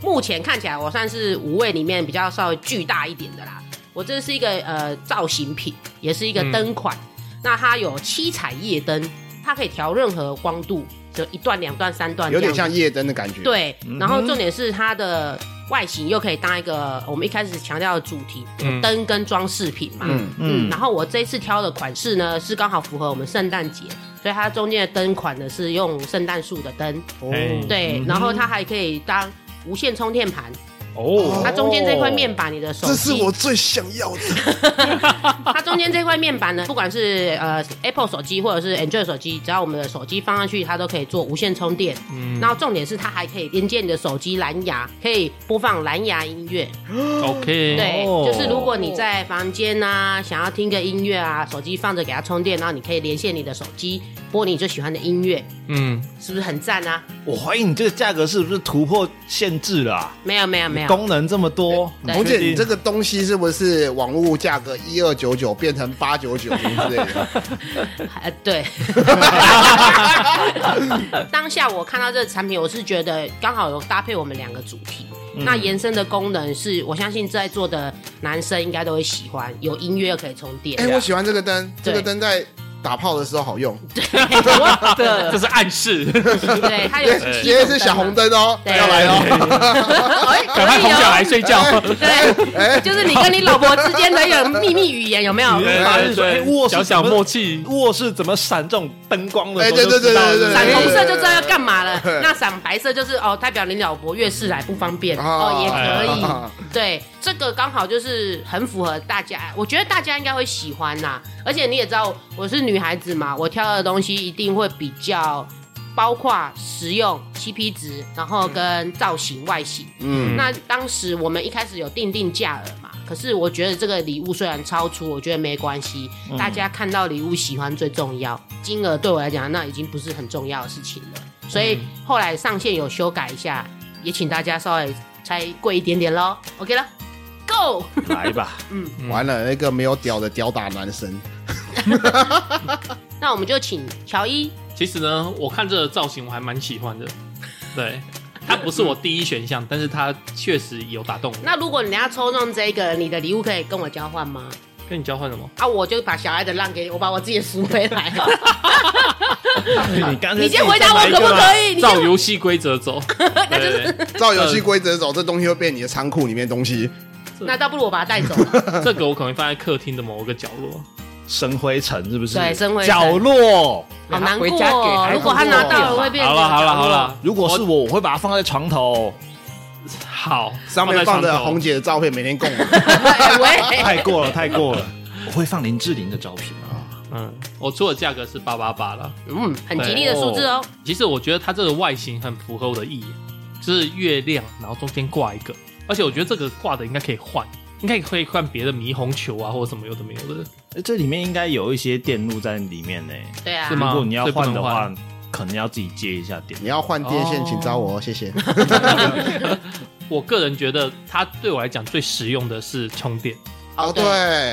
[SPEAKER 2] 目前看起来我算是五位里面比较稍微巨大一点的啦。我这是一个呃造型品，也是一个灯款。那它有七彩夜灯，它可以调任何光度，就一段、两段、三段这
[SPEAKER 1] 有
[SPEAKER 2] 样
[SPEAKER 1] 点
[SPEAKER 2] 子，
[SPEAKER 1] 像夜灯的感觉，，
[SPEAKER 2] 嗯对。
[SPEAKER 5] 嗯
[SPEAKER 2] 然后重点是它的外形又可以当一个我们一开始强调的主题，
[SPEAKER 3] 嗯
[SPEAKER 2] 灯跟装饰品嘛。
[SPEAKER 1] 嗯
[SPEAKER 5] 嗯
[SPEAKER 2] 嗯，然后我这次挑的款式呢，是刚好符合我们圣诞节，所以它中间的灯款呢是用圣诞树的灯，
[SPEAKER 1] 哦
[SPEAKER 3] 哎
[SPEAKER 2] 对，然后它还可以当无线充电盘，
[SPEAKER 3] 哦，
[SPEAKER 2] 它中间这块面板你的手
[SPEAKER 1] 这是
[SPEAKER 2] 机，
[SPEAKER 1] 我最想要的。
[SPEAKER 2] 它中间这块面板呢，不管是呃 Apple 手机或者是 Android 手机，只要我们的手机放上去，它都可以做无线充电。
[SPEAKER 3] 嗯
[SPEAKER 2] 然后重点是它还可以连接你的手机蓝牙，可以播放蓝牙音乐。
[SPEAKER 3] ，OK，
[SPEAKER 2] 对，
[SPEAKER 5] 哦
[SPEAKER 2] 就是如果你在房间呐、想要听个音乐啊，手机放着给它充电，然后你可以连线你的手机播你最喜欢的音乐，
[SPEAKER 3] 嗯，
[SPEAKER 2] 是不是很赞啊？
[SPEAKER 5] 我怀疑你这个价格是不是突破限制了、啊？
[SPEAKER 2] 没有没有没有，
[SPEAKER 5] 功能这么多，
[SPEAKER 2] 对
[SPEAKER 1] 红姐，你这
[SPEAKER 5] 个
[SPEAKER 1] 个东西是不是网络价格一二九九变成八九九之类
[SPEAKER 2] 啊
[SPEAKER 1] 的？
[SPEAKER 2] 呃，对。当下我看到这个产品，我是觉得刚好有搭配我们两个主题。那延伸的功能是我相信在座的男生应该都会喜欢，有音乐可以充电。
[SPEAKER 1] 哎，我喜欢这个灯，这
[SPEAKER 2] 对
[SPEAKER 1] 个灯在打炮的时候好用，
[SPEAKER 4] 我
[SPEAKER 3] 这
[SPEAKER 4] 的
[SPEAKER 3] 是暗示，
[SPEAKER 2] 对，它有
[SPEAKER 1] 对，
[SPEAKER 2] 七
[SPEAKER 1] 今天
[SPEAKER 2] 种
[SPEAKER 1] 是
[SPEAKER 2] 灯啊
[SPEAKER 1] 小
[SPEAKER 2] 嘛
[SPEAKER 1] 红，灯哦，
[SPEAKER 2] 对
[SPEAKER 1] 要来哦。
[SPEAKER 2] 哎
[SPEAKER 3] 赶快
[SPEAKER 2] 可
[SPEAKER 3] 红
[SPEAKER 2] 以
[SPEAKER 3] 小来
[SPEAKER 2] 哦。
[SPEAKER 3] 睡觉。
[SPEAKER 1] 哎
[SPEAKER 2] 对，就是你跟你老婆之间的有秘密语言，有没有？
[SPEAKER 3] 嗯
[SPEAKER 5] 对
[SPEAKER 3] 对对
[SPEAKER 5] 哎
[SPEAKER 3] 对，
[SPEAKER 5] 我是
[SPEAKER 3] 小小
[SPEAKER 5] 怎么
[SPEAKER 3] 默契，
[SPEAKER 5] 卧室怎么闪这种灯光的时候
[SPEAKER 1] 哎
[SPEAKER 5] 就知道
[SPEAKER 1] 对对对对对
[SPEAKER 5] 了？
[SPEAKER 2] 闪
[SPEAKER 1] 对
[SPEAKER 2] 红色就知道要干嘛了，
[SPEAKER 1] 嗯
[SPEAKER 2] 那闪白色就是哦，代表你老婆月事来不方便哦，也可以。
[SPEAKER 1] 啊
[SPEAKER 2] 对，这个刚好就是很符合大家，我觉得大家应该会喜欢呐、而且你也知道，我是女孩子嘛，我挑的东西一定会比较包括实用、CP 值，然后跟造型、外形。
[SPEAKER 1] 嗯，
[SPEAKER 2] 那当时我们一开始有定定价额嘛，可是我觉得这个礼物虽然超出，我觉得没关系，大家看到礼物喜欢最重要，金额对我来讲那已经不是很重要的事情了，所以后来上线有修改一下，也请大家稍微才贵一点点喽。OK 了，Go！
[SPEAKER 5] 来 吧，
[SPEAKER 1] 完了，那个没有屌的屌打男生，
[SPEAKER 2] 那我们就请乔伊
[SPEAKER 3] 其实呢，我看这个造型我还蛮喜欢的，对，它不是我第一选项，但是它确实有打动我。
[SPEAKER 2] 那如果你等下抽中这个，你的礼物可以跟我交换吗？
[SPEAKER 3] 跟你交换什么？
[SPEAKER 2] 啊，我就把小爱的让给你我，把我自己的赎回来。
[SPEAKER 5] 你刚
[SPEAKER 2] 你先回答我可不可以？你
[SPEAKER 3] 照
[SPEAKER 2] 先
[SPEAKER 3] 游戏规则走， 对对对，
[SPEAKER 1] 照游戏规则走，这东西会变你的仓库里面东西。
[SPEAKER 2] 那倒不如我把它带走了。
[SPEAKER 3] 这个我可能会放在客厅的某个角落。
[SPEAKER 5] 生灰尘是不是？
[SPEAKER 2] 对生灰尘
[SPEAKER 5] 角落。
[SPEAKER 2] 好难过
[SPEAKER 4] 回家给
[SPEAKER 2] 哦
[SPEAKER 4] 孩，子
[SPEAKER 2] 如果他拿到了会变。
[SPEAKER 3] 好了
[SPEAKER 4] 哦
[SPEAKER 3] 好了好，了，
[SPEAKER 5] 如果是我，我会把它放在床头，
[SPEAKER 3] 好，
[SPEAKER 1] 上面放着
[SPEAKER 3] 在床头
[SPEAKER 1] 红姐的照片，每天供我。
[SPEAKER 2] 哎喂，
[SPEAKER 5] 太过了，太过 了。我会放林志玲的照片啊，
[SPEAKER 3] 嗯，我出的价格是八八八了。
[SPEAKER 2] 嗯，很吉利的数字哦。
[SPEAKER 3] 其实我觉得它这个外形很符合我的意，就是月亮，然后中间挂一个，而且我觉得这个挂的应该可以换，应该可以换别的霓虹球啊，或者什么有的没有的。
[SPEAKER 5] 诶哎这里面应该有一些电路在里面呢。
[SPEAKER 2] 对啊
[SPEAKER 3] 是，吗
[SPEAKER 5] 如果你要换
[SPEAKER 3] 所
[SPEAKER 5] 的
[SPEAKER 3] 以
[SPEAKER 5] 话，可能要自己接一下电。
[SPEAKER 1] 你要换电线，
[SPEAKER 3] 哦
[SPEAKER 1] 请找我，哦，谢谢。
[SPEAKER 3] 我个人觉得它对我来讲最实用的是充电，
[SPEAKER 1] 哦，对，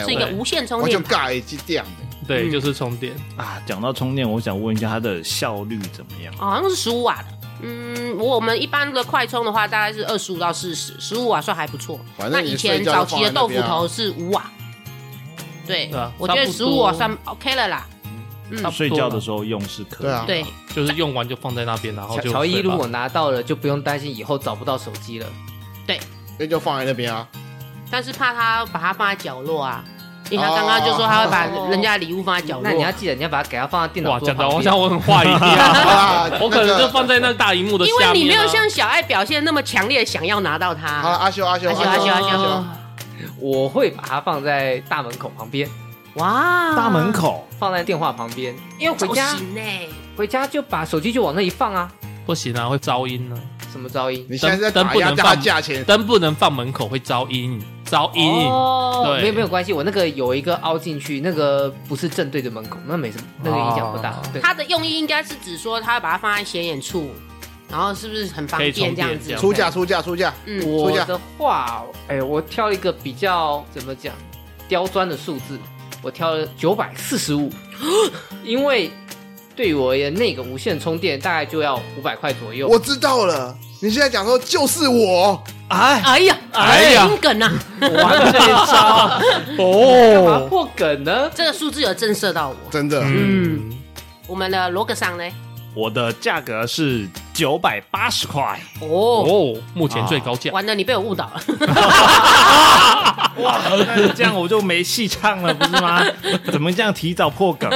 [SPEAKER 2] 是一
[SPEAKER 1] 我
[SPEAKER 2] 个无线充
[SPEAKER 1] 我就
[SPEAKER 2] 电。
[SPEAKER 1] 尬一记这样
[SPEAKER 3] 对，
[SPEAKER 2] 嗯
[SPEAKER 3] 就是充电。
[SPEAKER 5] 啊，讲到充电，我想问一下它的效率怎么样？
[SPEAKER 2] 哦，好像是十五瓦的。嗯，我们一般的快充的话，大概是二十五到四十，十五瓦算还不错。
[SPEAKER 1] 反
[SPEAKER 2] 那
[SPEAKER 1] 正
[SPEAKER 2] 以
[SPEAKER 1] 你
[SPEAKER 2] 前
[SPEAKER 1] 睡觉
[SPEAKER 2] 早
[SPEAKER 1] 就
[SPEAKER 2] 期
[SPEAKER 1] 放
[SPEAKER 2] 的
[SPEAKER 1] 在
[SPEAKER 2] 豆
[SPEAKER 1] 那
[SPEAKER 2] 腐
[SPEAKER 1] 边啊
[SPEAKER 2] 头是五瓦，对
[SPEAKER 3] 对啊，
[SPEAKER 2] 我觉得
[SPEAKER 3] 差不
[SPEAKER 2] 十
[SPEAKER 3] 多
[SPEAKER 2] 五瓦算 OK 了啦。嗯
[SPEAKER 5] 睡觉的时候用是可以。
[SPEAKER 1] 对啊
[SPEAKER 2] 对，
[SPEAKER 3] 就是用完就放在那边，然后
[SPEAKER 4] 乔
[SPEAKER 3] 就
[SPEAKER 4] 乔伊
[SPEAKER 3] 睡吧
[SPEAKER 4] 如果拿到了，就不用担心以后找不到手机了。
[SPEAKER 1] 那就放在那边啊。
[SPEAKER 2] 但是怕他把它放在角落啊，因为他刚刚就说他会把人家的礼物放在角落。
[SPEAKER 4] 那你要记得，你要把它给它放在电脑
[SPEAKER 3] 哇，
[SPEAKER 4] 桌
[SPEAKER 3] 讲的
[SPEAKER 4] 旁
[SPEAKER 3] 我想
[SPEAKER 4] 边。
[SPEAKER 3] 我很话一啊，
[SPEAKER 1] 啊，
[SPEAKER 3] 我可
[SPEAKER 1] 那
[SPEAKER 3] 能
[SPEAKER 1] 个
[SPEAKER 3] 就放在那大荧幕的
[SPEAKER 2] 因
[SPEAKER 3] 下面啊。
[SPEAKER 2] 为你没有像小爱表现那么强烈地想要拿到
[SPEAKER 1] 好了，
[SPEAKER 2] 它。啊
[SPEAKER 1] 阿修，阿修，
[SPEAKER 2] 阿修
[SPEAKER 1] 修，
[SPEAKER 2] 阿修阿修
[SPEAKER 1] 修，
[SPEAKER 4] 我会把它放在大门口旁边，
[SPEAKER 2] 哇，
[SPEAKER 5] 大门口
[SPEAKER 4] 放在电话旁边，因为回
[SPEAKER 2] 不
[SPEAKER 4] 家
[SPEAKER 2] 行呢。
[SPEAKER 4] 回家就把手机就往那一放啊，
[SPEAKER 3] 不行啊，会噪音呢、
[SPEAKER 4] 什么噪音？
[SPEAKER 1] 你现在在
[SPEAKER 3] 灯
[SPEAKER 1] 打
[SPEAKER 3] 灯不
[SPEAKER 1] 压
[SPEAKER 3] 能
[SPEAKER 1] 他
[SPEAKER 3] 放
[SPEAKER 1] 价钱，
[SPEAKER 3] 灯不能放门口，会噪音，噪音。
[SPEAKER 4] 哦，
[SPEAKER 3] 对
[SPEAKER 4] 没有没有关系，我那个有一个凹进去，那个不是正对着门口，那没什么，那个影响不大
[SPEAKER 3] 哦。
[SPEAKER 4] 对，
[SPEAKER 2] 它的用意应该是指说，他把它放在显眼处，然后是不是很方
[SPEAKER 3] 可以充
[SPEAKER 2] 便这
[SPEAKER 3] 电
[SPEAKER 2] 样子
[SPEAKER 3] 这？样
[SPEAKER 1] 出价，出价，出价。
[SPEAKER 2] 嗯，
[SPEAKER 4] 我
[SPEAKER 1] 出
[SPEAKER 3] 啊
[SPEAKER 1] 价
[SPEAKER 4] 的话，哎，我挑一个比较怎么讲刁钻的数字，我挑了九百四十五，因为对于我而言，那个无线充电大概就要五百块左右。
[SPEAKER 1] 我知道了，你现在讲说就是我，
[SPEAKER 5] 哎，
[SPEAKER 2] 哎呀，
[SPEAKER 3] 哎呀
[SPEAKER 2] 心梗啊！
[SPEAKER 4] 我玩这一招，干嘛
[SPEAKER 3] 哦，
[SPEAKER 4] 破梗呢？
[SPEAKER 2] 这个数字有震慑到我。
[SPEAKER 1] 真的。
[SPEAKER 3] 嗯，
[SPEAKER 2] 我们的罗格桑呢？
[SPEAKER 5] 我的价格是九百八十块，
[SPEAKER 2] 哦，
[SPEAKER 3] 哦，目前最高价。
[SPEAKER 2] 完了，你被我误导了。
[SPEAKER 5] 哇，那这样我就没戏唱了，不是吗？ 怎么这样提早破 梗？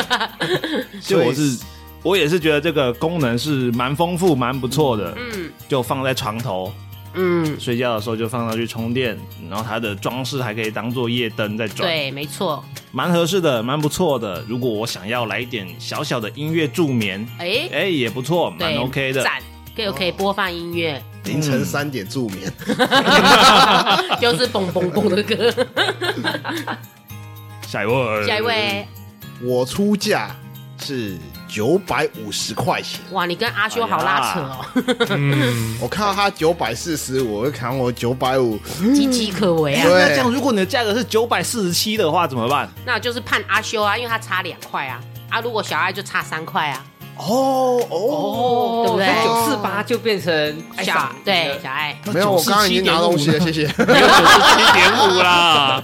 [SPEAKER 5] 所以我是，我也是觉得这个功能是蛮丰富、蛮不错的，
[SPEAKER 2] 嗯
[SPEAKER 5] 就放在床头，
[SPEAKER 2] 嗯，
[SPEAKER 5] 睡觉的时候就放上去充电，然后它的装饰还可以当做夜灯在转，
[SPEAKER 2] 对，没错。
[SPEAKER 5] 蛮合适的，蛮不错的。如果我想要来一点小小的音乐助眠，
[SPEAKER 2] 哎，
[SPEAKER 5] 哎、也不错，蛮
[SPEAKER 2] 对
[SPEAKER 5] OK 的。
[SPEAKER 2] 赞，可以可以播放音乐，
[SPEAKER 1] 凌晨三点助眠，
[SPEAKER 2] 就是蹦蹦蹦的歌。
[SPEAKER 5] 下一位，
[SPEAKER 2] 下一，位，
[SPEAKER 1] 我出价是九百五十块钱。
[SPEAKER 2] 哇，你跟阿修好拉扯哦，
[SPEAKER 3] 嗯，
[SPEAKER 1] 我看到他九百四十，我会砍我九百 五。
[SPEAKER 2] 岌岌可危啊。
[SPEAKER 1] 对
[SPEAKER 5] 哎那这样如果你的价格是九百四十七的话，怎么办？
[SPEAKER 2] 那就是判阿修啊，因为他差两块啊。啊，如果小爱就差三块啊，
[SPEAKER 1] 哦哦，
[SPEAKER 2] 对不对
[SPEAKER 4] 九四八就变成
[SPEAKER 2] 小对小爱。
[SPEAKER 1] 没有，我刚刚已经拿东西了，谢谢。
[SPEAKER 3] 没有九十七点五啦。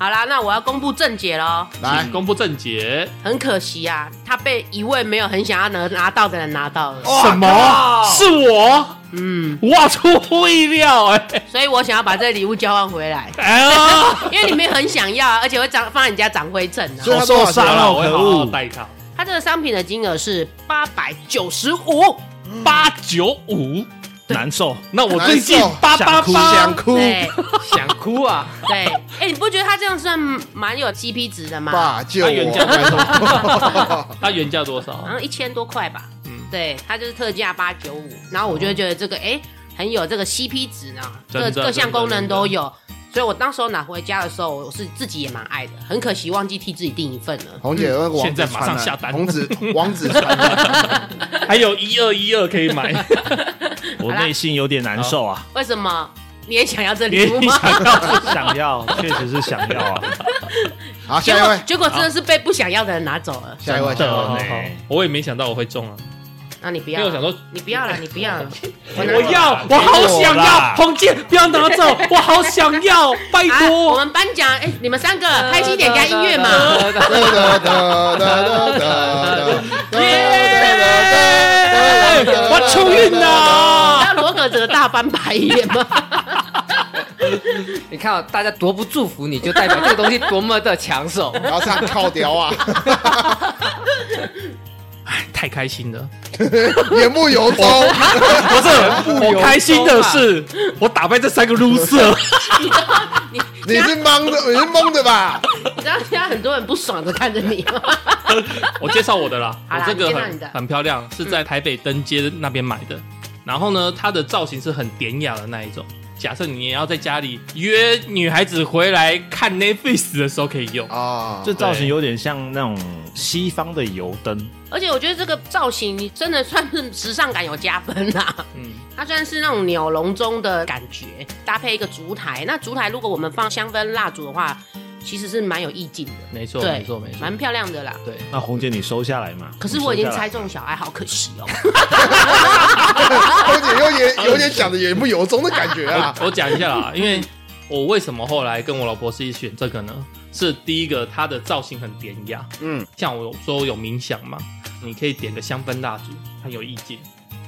[SPEAKER 2] 好啦，那我要公布正解喽。
[SPEAKER 1] 来，
[SPEAKER 3] 公布正解，
[SPEAKER 2] 很可惜啊，他被一位没有很想要能拿到的人拿到了。
[SPEAKER 3] 什么？是我？
[SPEAKER 2] 嗯，
[SPEAKER 3] 哇，出乎意料哎、，
[SPEAKER 2] 所以我想要把这礼物交换回来
[SPEAKER 3] 哎呀，
[SPEAKER 2] 因为你们很想要啊，而且会长放在你家长灰尘啊
[SPEAKER 1] 所。以他多少钱啊
[SPEAKER 5] 好
[SPEAKER 3] 我会
[SPEAKER 5] 可恶
[SPEAKER 3] 好好带它。
[SPEAKER 2] 它这个商品的金额是八百九十五，
[SPEAKER 3] 八九五，
[SPEAKER 5] 难受。
[SPEAKER 3] 那我最近
[SPEAKER 1] 难受
[SPEAKER 3] 八八
[SPEAKER 5] 想哭
[SPEAKER 3] 八
[SPEAKER 5] 想，
[SPEAKER 1] 哭
[SPEAKER 2] 对
[SPEAKER 4] 想哭啊！
[SPEAKER 2] 对。哎、你不觉得它这样算蛮有 CP 值的吗？
[SPEAKER 1] 爸救
[SPEAKER 3] 它原价
[SPEAKER 1] 我！
[SPEAKER 3] 多少？它原价多少
[SPEAKER 2] 好？像一千多块吧。
[SPEAKER 3] 嗯，
[SPEAKER 2] 对，它就是特价八九五，然后我就会觉得这个哎、诶很有这个 CP 值呢，
[SPEAKER 3] 真
[SPEAKER 2] 各
[SPEAKER 3] 的
[SPEAKER 2] 各项
[SPEAKER 3] 真的
[SPEAKER 2] 功能
[SPEAKER 3] 真的
[SPEAKER 2] 都有。所以我当时候拿回家的时候，我是自己也蛮爱的，很可惜忘记替自己订一份了。
[SPEAKER 1] 红姐，那个王
[SPEAKER 3] 现在
[SPEAKER 1] 子
[SPEAKER 3] 马
[SPEAKER 1] 传
[SPEAKER 3] 上
[SPEAKER 1] 来
[SPEAKER 3] 下单
[SPEAKER 1] 红子王子传来，
[SPEAKER 3] 还有一二一二可以买，
[SPEAKER 5] 我
[SPEAKER 2] 好啦
[SPEAKER 5] 内心有点难受啊，
[SPEAKER 2] 为什么你也想要这
[SPEAKER 3] 因为
[SPEAKER 2] 礼物
[SPEAKER 3] 你
[SPEAKER 2] 吗？
[SPEAKER 3] 想要
[SPEAKER 5] 想 要，确实是想要啊。
[SPEAKER 1] 好，
[SPEAKER 2] 结
[SPEAKER 1] 下 一
[SPEAKER 2] 果
[SPEAKER 1] 位，
[SPEAKER 2] 结果真的是被不想要的人拿走
[SPEAKER 3] 啊
[SPEAKER 2] 了。
[SPEAKER 1] 下一位，下
[SPEAKER 5] 真
[SPEAKER 1] 一
[SPEAKER 5] 的
[SPEAKER 1] 位，
[SPEAKER 3] 好好好我也没想到我会中啊，
[SPEAKER 2] 那你不
[SPEAKER 3] 因
[SPEAKER 2] 要
[SPEAKER 3] 为
[SPEAKER 2] 啊，
[SPEAKER 3] 我想说
[SPEAKER 2] 你不要了，你不 要了，我拿走
[SPEAKER 3] 我要，我
[SPEAKER 5] 给
[SPEAKER 3] 好
[SPEAKER 5] 我
[SPEAKER 3] 想
[SPEAKER 5] 啦
[SPEAKER 3] 要，红戒不要拿走，我好想要，拜
[SPEAKER 2] 啊我
[SPEAKER 3] 托。
[SPEAKER 2] 们颁奖，哎，你们三个 开心一点，加音乐 嘛。
[SPEAKER 1] 哒哒哒哒哒哒 哒
[SPEAKER 3] 耶！我出运 了，
[SPEAKER 2] 那罗格整个大翻白眼吗？
[SPEAKER 4] 你看哦大家多不祝福你，就代表这个东西多么的抢 手。
[SPEAKER 1] 然后唱靠屌啊，
[SPEAKER 3] 哎太开心了！
[SPEAKER 1] 言不由衷，
[SPEAKER 3] 不是，我开心的是，我打败这三个 loser。
[SPEAKER 2] 你
[SPEAKER 1] 你是 懵的，你是懵的吧？
[SPEAKER 2] 你知道现在很多人不爽的看着你吗？
[SPEAKER 3] 我介绍我的啦，
[SPEAKER 2] 好
[SPEAKER 3] 我
[SPEAKER 2] 啦
[SPEAKER 3] 这个
[SPEAKER 2] 你介绍你
[SPEAKER 3] 很
[SPEAKER 2] 的
[SPEAKER 3] 很漂亮，是在台北登街那边买的。然后呢，它的造型是很典雅的那一种。假设你也要在家里约女孩子回来看 Netflix 的时候可以用。
[SPEAKER 1] 啊，
[SPEAKER 5] 这造型有点像那种西方的油灯，
[SPEAKER 2] 而且我觉得这个造型真的算是时尚感有加分啦、
[SPEAKER 3] 嗯，
[SPEAKER 2] 它算是那种鸟笼中的感觉，搭配一个烛台。那烛台如果我们放香氛蜡烛的话，其实是蛮有意境的，
[SPEAKER 3] 没错，
[SPEAKER 2] 对
[SPEAKER 3] 没错，没错。
[SPEAKER 2] 蛮漂亮的啦。
[SPEAKER 3] 对，
[SPEAKER 5] 那红姐你收下来嘛？
[SPEAKER 2] 可是我已经猜中小爱，好可惜 哦。
[SPEAKER 1] 有点有点有点讲的言不由衷的感觉啊。
[SPEAKER 3] 我讲一下啦，因为我为什么后来跟我老婆是一起选这个呢？是第一个，它的造型很典雅，
[SPEAKER 1] 嗯，
[SPEAKER 3] 像 我有说有冥想嘛，你可以点个香氛蜡烛，很有意境。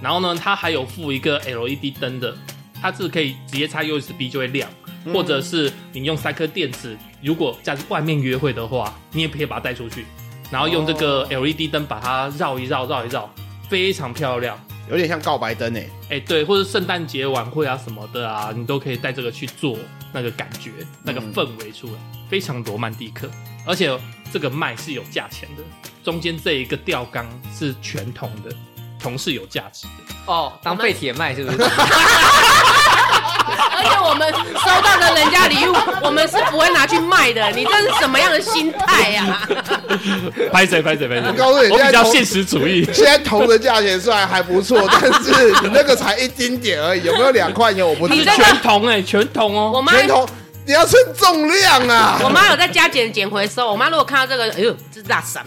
[SPEAKER 3] 然后呢，它还有附一个 LED 灯的，它是可以直接插 USB 就会亮，或者是你用三颗电池，如果在外面约会的话，你也可以把它带出去，然后用这个 LED 灯把它绕一绕，绕一绕，非常漂亮。
[SPEAKER 1] 有点像告白灯欸诶，
[SPEAKER 3] 哎、对，或者圣诞节晚会啊什么的啊，你都可以带这个去做，那个感觉、那个氛围出来，非常罗曼蒂克。而且这个卖是有价钱的，中间这一个吊缸是全铜的，铜是有价值的。
[SPEAKER 4] 哦，当废铁卖是不是？
[SPEAKER 2] 而且我们收到的人家礼物，我们是不会拿去卖的。你这是什么样的心态啊呀、
[SPEAKER 3] 拍谁拍谁拍谁！
[SPEAKER 1] 我告诉你
[SPEAKER 3] 我
[SPEAKER 1] 现在
[SPEAKER 3] 比较
[SPEAKER 1] 铜。
[SPEAKER 3] 现实主义
[SPEAKER 1] 现在铜的价钱虽然还不 错，但是你那个才一丁点而已，有没有两块钱我不
[SPEAKER 3] 它
[SPEAKER 1] 知
[SPEAKER 3] 是
[SPEAKER 1] 道。
[SPEAKER 3] 全铜哎、全铜
[SPEAKER 2] 我
[SPEAKER 3] 哦、
[SPEAKER 2] 妈，
[SPEAKER 1] 全铜，你要称重量啊！
[SPEAKER 2] 我妈有在加减减回收。我妈如果看到这个，哎呦，这是大傻。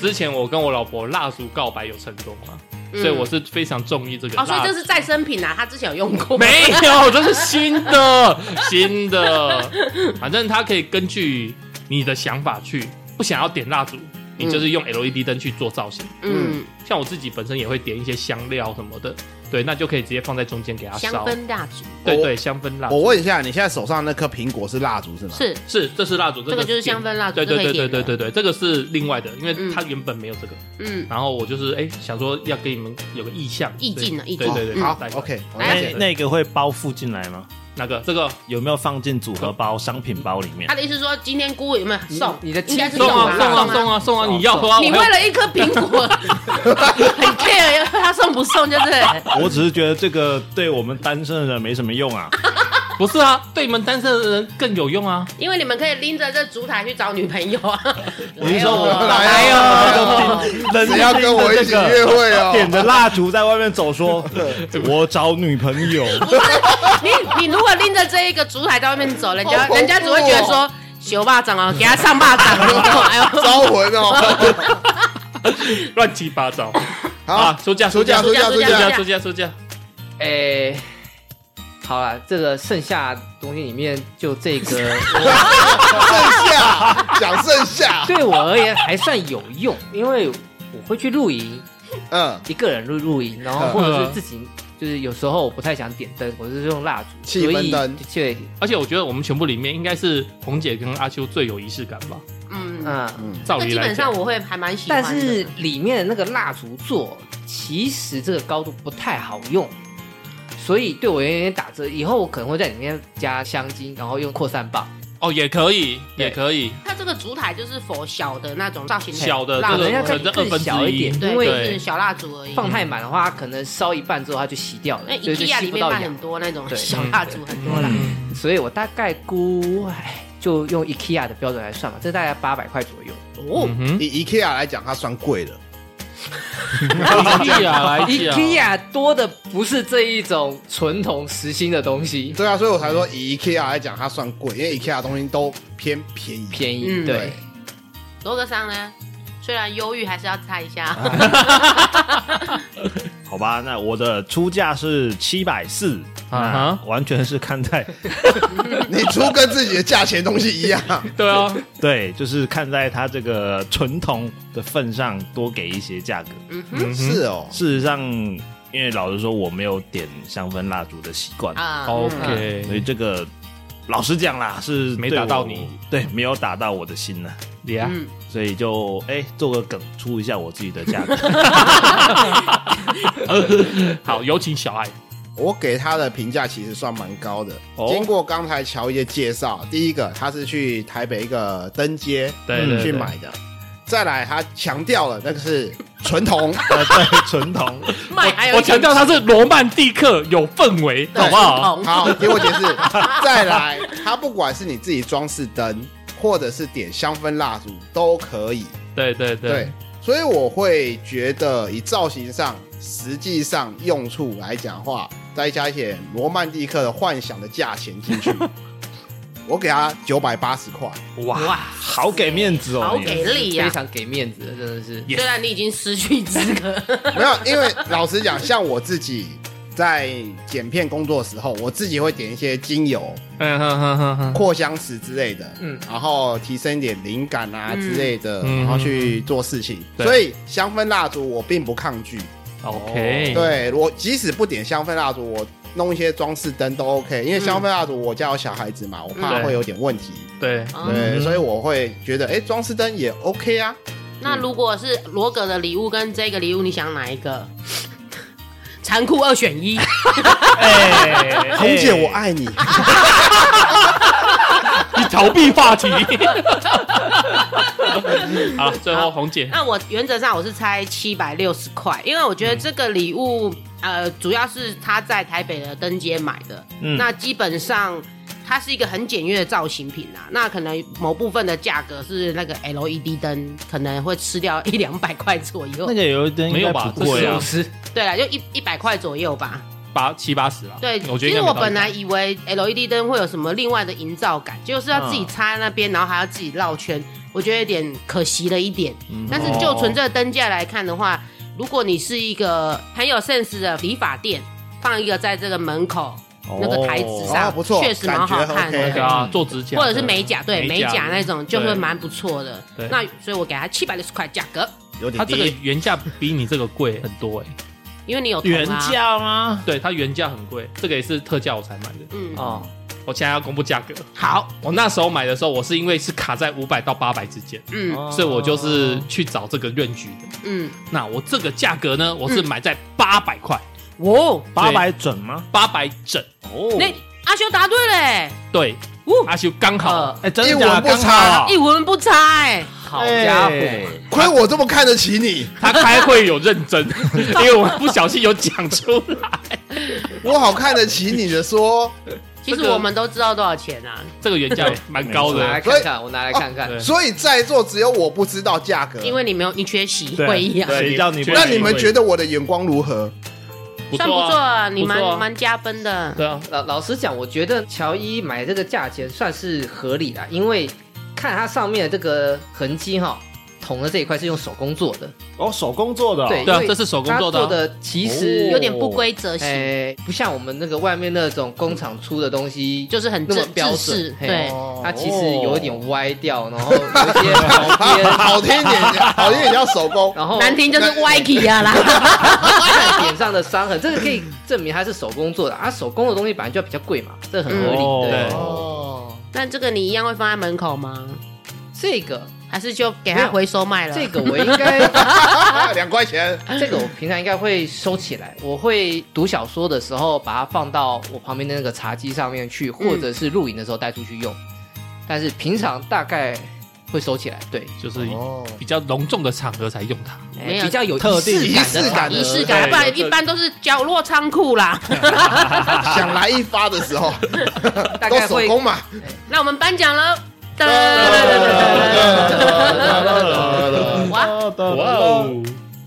[SPEAKER 3] 之前我跟我老婆蜡烛告白有成功嘛，所以我是非常中意这个
[SPEAKER 2] 嗯
[SPEAKER 3] 蜡
[SPEAKER 2] 哦，
[SPEAKER 3] 烛。
[SPEAKER 2] 所以这是再生品啊，她之前有用过。
[SPEAKER 3] 没有，这是新 的，新的。反正它可以根据你的想法去，不想要点蜡烛，你就是用 LED 灯去做造型。
[SPEAKER 2] 嗯，
[SPEAKER 3] 像我自己本身也会点一些香料什么的，对，那就可以直接放在中间给它
[SPEAKER 2] 香
[SPEAKER 3] 烧。
[SPEAKER 2] 氛蜡烛哦
[SPEAKER 3] 对对，香氛蜡
[SPEAKER 1] 我
[SPEAKER 3] 烛
[SPEAKER 1] 问一下，你现在手上那颗苹果是蜡烛是吗？
[SPEAKER 2] 是
[SPEAKER 3] 是，这是蜡烛，
[SPEAKER 2] 这个就是香氛蜡烛
[SPEAKER 3] 对
[SPEAKER 2] 这
[SPEAKER 3] 对
[SPEAKER 2] 可
[SPEAKER 3] 对
[SPEAKER 2] 以
[SPEAKER 3] 对
[SPEAKER 2] 点
[SPEAKER 3] 对
[SPEAKER 2] 的
[SPEAKER 3] 对对，这个是另外的，因为
[SPEAKER 2] 嗯
[SPEAKER 3] 它原本没有这个。
[SPEAKER 2] 嗯，
[SPEAKER 3] 然后我就是哎，想说要给你们有个意向，
[SPEAKER 2] 意境啊
[SPEAKER 3] 对
[SPEAKER 2] 意境
[SPEAKER 3] 对对
[SPEAKER 2] 嗯
[SPEAKER 3] 对，
[SPEAKER 1] 好
[SPEAKER 3] 带过来
[SPEAKER 1] ，OK，我了
[SPEAKER 2] 来
[SPEAKER 5] 那
[SPEAKER 1] 解。
[SPEAKER 5] 那个会包附进来吗？
[SPEAKER 3] 那个这个
[SPEAKER 5] 有没有放进组合包、商品包里面
[SPEAKER 2] 他？的意思是说今天姑有没有送？
[SPEAKER 4] 你你的
[SPEAKER 2] 应该是
[SPEAKER 3] 送
[SPEAKER 2] 吧
[SPEAKER 3] 啊送啊送
[SPEAKER 2] 啊！
[SPEAKER 3] 啊送啊，你要啊，
[SPEAKER 2] 你
[SPEAKER 3] 我要
[SPEAKER 2] 为了一颗苹 果，很 care 他送不送，就是
[SPEAKER 5] 我只是觉得这个对我们单身的人没什么用 啊。
[SPEAKER 3] 不是啊，对你们单身的人更有用啊。
[SPEAKER 2] 因为你们可以拎着这烛台去找女朋友啊。
[SPEAKER 5] 你是说我啊们
[SPEAKER 1] 来哦
[SPEAKER 5] 冷
[SPEAKER 1] 谁要跟我一起约会 哦？
[SPEAKER 5] 点着蜡烛在外面 走说，我找女朋友。
[SPEAKER 2] 你你如果拎着这一个烛台在外面走，人家
[SPEAKER 1] 好恐怖哦
[SPEAKER 2] 人家只会觉得说。熊霸掌哦，给他上霸掌！哎呦，
[SPEAKER 1] 招魂哦！
[SPEAKER 3] 乱七八糟啊
[SPEAKER 1] 好！，
[SPEAKER 3] 休假
[SPEAKER 1] 出价出价出
[SPEAKER 3] 休
[SPEAKER 1] 价
[SPEAKER 3] 假，休假休假，
[SPEAKER 4] 诶、哎好了，这个剩下东西里面就 这个，
[SPEAKER 1] 剩下讲剩下，
[SPEAKER 4] 对我而言还算有用，因为我会去露营，
[SPEAKER 1] 嗯，
[SPEAKER 4] 一个人露露营，然后或者
[SPEAKER 2] 嗯
[SPEAKER 4] 是自己，就是有时候我不太想点灯，我是用蜡烛，
[SPEAKER 1] 气
[SPEAKER 4] 所以
[SPEAKER 1] 氛灯
[SPEAKER 4] 对，
[SPEAKER 3] 而且我觉得我们全部里面应该是红姐跟阿秋最有仪式感吧。
[SPEAKER 2] 嗯，
[SPEAKER 4] 嗯，
[SPEAKER 3] 照
[SPEAKER 2] 那
[SPEAKER 3] 理
[SPEAKER 2] 基
[SPEAKER 3] 来
[SPEAKER 2] 本上
[SPEAKER 3] 讲，
[SPEAKER 2] 我会还蛮喜欢
[SPEAKER 4] 但
[SPEAKER 2] 的。
[SPEAKER 4] 是里面的那个蜡烛座，其实这个高度不太好用，所以对我有点打折。以后我可能会在里面加香精，然后用扩散棒。
[SPEAKER 3] 哦也可以，
[SPEAKER 4] 对
[SPEAKER 3] 也可以，
[SPEAKER 2] 它这个烛台就是否小的那种造型，
[SPEAKER 3] 小的
[SPEAKER 2] 蜡
[SPEAKER 3] 这
[SPEAKER 2] 烛
[SPEAKER 3] 个
[SPEAKER 4] 人家
[SPEAKER 3] 可
[SPEAKER 4] 再
[SPEAKER 3] 能二分
[SPEAKER 4] 更小
[SPEAKER 3] 之
[SPEAKER 4] 一
[SPEAKER 3] 一
[SPEAKER 4] 点，
[SPEAKER 2] 对，
[SPEAKER 4] 因为
[SPEAKER 2] 就是小蜡烛而已。
[SPEAKER 4] 放太满的话，可能烧一半之后它就熄掉
[SPEAKER 2] 嗯那
[SPEAKER 4] 了，所以就
[SPEAKER 2] IKEA
[SPEAKER 4] 吸
[SPEAKER 2] 里
[SPEAKER 4] 不
[SPEAKER 2] 面
[SPEAKER 4] 到
[SPEAKER 2] 卖
[SPEAKER 4] 氧
[SPEAKER 2] 很。多那种
[SPEAKER 4] 对
[SPEAKER 2] 小蜡烛，很多啦。
[SPEAKER 3] 嗯
[SPEAKER 4] 所以我大概估，唉就用 IKEA 的标准来算吧，这大概八百块左右。
[SPEAKER 2] 哦，
[SPEAKER 3] 嗯哼，
[SPEAKER 1] 以 IKEA 来讲，它算贵的。
[SPEAKER 3] 哦 IKEA 来啊
[SPEAKER 4] IKEA 多的不是这一种纯铜实心的东西，
[SPEAKER 1] 对啊，所以我才说以 IKEA 来讲，它算贵，因为 IKEA 的东西都偏便宜。
[SPEAKER 4] 便宜、
[SPEAKER 2] 嗯
[SPEAKER 4] 对。
[SPEAKER 2] 罗格桑呢？虽然忧郁，还是要猜一下。
[SPEAKER 4] 啊
[SPEAKER 5] 好吧，那我的出价是七百四
[SPEAKER 3] 啊
[SPEAKER 5] 啊，完全是看在
[SPEAKER 1] 你出跟自己的价钱东西一样，
[SPEAKER 3] 对啊，
[SPEAKER 5] 对，就是看在它这个纯铜的份上，多给一些价格。
[SPEAKER 2] 嗯哼
[SPEAKER 1] 是哦。
[SPEAKER 5] 事实上，因为老实说，我没有点香氛蜡烛的习惯，
[SPEAKER 2] 啊嗯
[SPEAKER 3] OK，
[SPEAKER 5] 所以这个老实讲啦，是
[SPEAKER 3] 没
[SPEAKER 5] 对
[SPEAKER 3] 打到
[SPEAKER 5] 我
[SPEAKER 3] 你，
[SPEAKER 5] 对，没有打到我的心呢、
[SPEAKER 3] yeah，
[SPEAKER 2] 嗯，
[SPEAKER 5] 所以就哎、做个梗出一下我自己的价 格。
[SPEAKER 3] 好，有请小爱。
[SPEAKER 1] 我给他的评价其实算蛮高的。
[SPEAKER 5] 哦
[SPEAKER 1] 经过刚才乔爷介绍，第一个他是去台北一个灯街
[SPEAKER 3] 对
[SPEAKER 1] 嗯
[SPEAKER 3] 对对
[SPEAKER 1] 去买的，再来他强调了那个是纯铜，
[SPEAKER 5] 呃对，纯铜，
[SPEAKER 2] 卖还有一
[SPEAKER 3] 我
[SPEAKER 2] 点
[SPEAKER 3] 强调它是罗曼蒂克，有氛围，
[SPEAKER 2] 对
[SPEAKER 3] 好不好？
[SPEAKER 4] 哦嗯
[SPEAKER 2] 是
[SPEAKER 1] 好，听我解释。再来，它不管是你自己装饰灯，或者是点香氛蜡烛都可以。
[SPEAKER 3] 对对
[SPEAKER 1] 对，所以我会觉得以造型上，实际上用处来讲的话，再加一些罗曼蒂克的幻想的价钱进去，我给他九百八十块。
[SPEAKER 5] 哇，
[SPEAKER 2] 哇
[SPEAKER 5] 好给面子哦，
[SPEAKER 2] 好
[SPEAKER 5] 你
[SPEAKER 2] 给力呀
[SPEAKER 4] 非！常给面子，真的是。
[SPEAKER 2] 虽然你已经失去资 格，
[SPEAKER 1] 没有，因为老实讲，像我自己在剪片工作的时候，我自己会点一些精油、
[SPEAKER 3] 嗯哼哼哼哼，
[SPEAKER 1] 扩香石之类的，嗯
[SPEAKER 4] 嗯，
[SPEAKER 1] 然后提升一点灵感啊
[SPEAKER 2] 嗯
[SPEAKER 1] 之类的，
[SPEAKER 3] 嗯
[SPEAKER 1] 然后去做事情。
[SPEAKER 3] 对
[SPEAKER 1] 所以香氛蜡烛我并不抗拒，
[SPEAKER 3] 哦 OK，，
[SPEAKER 1] 对我即使不点香氛蜡烛，我弄一些装饰灯都 OK，因为香氛蜡烛我家有小孩子嘛，我怕
[SPEAKER 3] 嗯
[SPEAKER 1] 会有点问题，
[SPEAKER 3] 对，
[SPEAKER 2] 嗯，
[SPEAKER 1] 对，所以我会觉得，哎，装饰灯也 OK 啊。
[SPEAKER 2] 那如果是罗格的礼物跟这个礼物，你想哪一个？ 残酷二选一，
[SPEAKER 5] 哎，
[SPEAKER 1] 红姐，
[SPEAKER 5] 哎
[SPEAKER 1] 我爱你。
[SPEAKER 3] 你逃避话题。好，最后红姐，
[SPEAKER 2] 那我原则上我是猜七百六十块，因为我
[SPEAKER 5] 嗯
[SPEAKER 2] 觉得这个礼物，呃，主要是他在台北的登街买的，
[SPEAKER 5] 嗯
[SPEAKER 2] 那基本上它是一个很简约的造型品啦。那可能某部分的价格是那个 LED 灯可能会吃掉一两百块左右
[SPEAKER 5] 那，个有一点
[SPEAKER 3] 没有吧
[SPEAKER 5] 不贵啊
[SPEAKER 3] 这，
[SPEAKER 4] 是
[SPEAKER 2] 对啦，就一一百块左右吧。
[SPEAKER 3] 八七八十啦。
[SPEAKER 2] 对，
[SPEAKER 3] 我觉得应
[SPEAKER 2] 因为
[SPEAKER 3] 该没
[SPEAKER 2] 我
[SPEAKER 3] 到
[SPEAKER 2] 本
[SPEAKER 3] 一百
[SPEAKER 2] 来以为 LED 灯会有什么另外的营造感，结果是要自己插在那边，然后还要自己绕圈，我觉得有点可惜了一点。但是就纯这个灯架来看的话，如果你是一个很有 sense 的理发店，放一个在这个门口那个台子
[SPEAKER 1] 哦
[SPEAKER 2] 上，
[SPEAKER 1] 不错
[SPEAKER 2] 确实蛮好看
[SPEAKER 1] 感觉很
[SPEAKER 2] 的
[SPEAKER 1] OK
[SPEAKER 3] 对。啊，做指
[SPEAKER 2] 嗯
[SPEAKER 3] 甲的
[SPEAKER 2] 或者是美甲，对美
[SPEAKER 3] 美甲
[SPEAKER 2] 甲那种就会
[SPEAKER 3] 对
[SPEAKER 2] 蛮不错的
[SPEAKER 3] 对。
[SPEAKER 2] 那所以我给他七百六十块价格，
[SPEAKER 5] 有点
[SPEAKER 3] 它这个
[SPEAKER 5] 低
[SPEAKER 3] 原价比你这个贵很多哎。
[SPEAKER 2] 因为你有
[SPEAKER 5] 原
[SPEAKER 2] 铜啊，
[SPEAKER 5] 价吗？
[SPEAKER 3] 对，它原价很贵，这个也是特价我才买的。
[SPEAKER 2] 嗯，
[SPEAKER 4] 哦，
[SPEAKER 3] 我现在要公布价格。
[SPEAKER 2] 好，
[SPEAKER 3] 我那时候买的时候，我是因为是卡在五百到八百之间，
[SPEAKER 2] 嗯
[SPEAKER 5] 哦
[SPEAKER 3] 所以我就是去找这个院局的。
[SPEAKER 2] 嗯，
[SPEAKER 3] 那我这个价格呢，我是买在八百块，
[SPEAKER 2] 哇，
[SPEAKER 5] 八百准吗？
[SPEAKER 3] 八百整。
[SPEAKER 5] 哦，
[SPEAKER 2] 那哎阿修答对嘞，
[SPEAKER 3] 对，
[SPEAKER 2] 呜，
[SPEAKER 3] 阿修刚好
[SPEAKER 2] 呃
[SPEAKER 5] 哎，真
[SPEAKER 1] 一
[SPEAKER 5] 的
[SPEAKER 1] 文
[SPEAKER 5] 假的
[SPEAKER 1] 不
[SPEAKER 5] 刚
[SPEAKER 1] 差
[SPEAKER 5] 好啊
[SPEAKER 2] 一文不差哎、
[SPEAKER 4] 好家伙，
[SPEAKER 5] 哎
[SPEAKER 1] 亏我这么看得起你，
[SPEAKER 3] 他开会有认 真，因为我不小心有讲出来。
[SPEAKER 1] 我好看得起你的说，
[SPEAKER 2] 其实
[SPEAKER 3] 这个
[SPEAKER 2] 我们都知道多少钱啊，
[SPEAKER 3] 这个原价蛮高
[SPEAKER 4] 我拿来
[SPEAKER 3] 的，
[SPEAKER 4] 看看，我拿来看看
[SPEAKER 3] 对。
[SPEAKER 1] 所以在座只有我不知道价格，
[SPEAKER 2] 因为你没有你缺席
[SPEAKER 5] 对
[SPEAKER 2] 会议啊，
[SPEAKER 5] 对谁叫你不
[SPEAKER 1] 那你们觉得我的眼光如何？
[SPEAKER 3] 不
[SPEAKER 2] 算不错
[SPEAKER 3] 啊？
[SPEAKER 2] 啊，你
[SPEAKER 3] 不错啊
[SPEAKER 2] 蛮蛮加分的。
[SPEAKER 3] 对啊，
[SPEAKER 4] 老老实讲，我觉得乔伊买这个价钱算是合理的，因为看它上面的这个痕迹哈，铜的这一块是用手工做的，
[SPEAKER 5] 哦，手工做的哦，
[SPEAKER 4] 对
[SPEAKER 3] 对啊
[SPEAKER 4] 因为
[SPEAKER 3] 这是手工
[SPEAKER 4] 它
[SPEAKER 3] 做的啊
[SPEAKER 4] 做的其实
[SPEAKER 5] 哦
[SPEAKER 2] 有点不规则性，
[SPEAKER 4] 哎，不像我们那个外面那种工厂出的东西，
[SPEAKER 2] 就是很
[SPEAKER 4] 那么
[SPEAKER 2] 正
[SPEAKER 4] 标
[SPEAKER 2] 正
[SPEAKER 4] 准
[SPEAKER 2] 式，
[SPEAKER 4] 嘿
[SPEAKER 2] 对，
[SPEAKER 4] 它其实有一点歪掉，然后有一些旁边
[SPEAKER 1] 啊好听一点，好听一点叫手工。
[SPEAKER 4] 然后
[SPEAKER 2] 哦难听就是 Wiki 啊 啦，
[SPEAKER 4] 看脸上的伤痕，这个可以证明它是手工做的啊。手工的东西本来就比较贵嘛，这很合理。
[SPEAKER 5] 哦
[SPEAKER 4] 对，
[SPEAKER 1] 哦，
[SPEAKER 2] 那这个你一样会放在门口吗？
[SPEAKER 4] 这个
[SPEAKER 2] 还是就给
[SPEAKER 4] 没
[SPEAKER 2] 他
[SPEAKER 4] 有
[SPEAKER 2] 回收卖了？
[SPEAKER 4] 这个我应该，
[SPEAKER 1] 哦两块钱，
[SPEAKER 4] 这个我平常应该会收起来。我会读小说的时候把它放到我旁边的那个茶几上面去，或者是露营的时候带出去用。但是平常大概会收起来，对，
[SPEAKER 3] 就是
[SPEAKER 1] 哦
[SPEAKER 3] 比较隆重的场合才用它。
[SPEAKER 4] 哎
[SPEAKER 2] 没有
[SPEAKER 4] 比较有
[SPEAKER 5] 特定
[SPEAKER 4] 仪式感的
[SPEAKER 2] 仪式
[SPEAKER 4] 场合
[SPEAKER 2] 感，不
[SPEAKER 3] 对有
[SPEAKER 2] 然
[SPEAKER 3] 这
[SPEAKER 2] 一般都是角落仓库啦。
[SPEAKER 1] 想来一发的时候，
[SPEAKER 4] 大
[SPEAKER 1] 都
[SPEAKER 4] 概
[SPEAKER 1] 手
[SPEAKER 4] 会
[SPEAKER 1] 工嘛。
[SPEAKER 2] 那我们颁奖了，噔噔噔噔噔噔
[SPEAKER 5] 哇
[SPEAKER 2] 哇
[SPEAKER 5] 哇
[SPEAKER 3] 哇哦，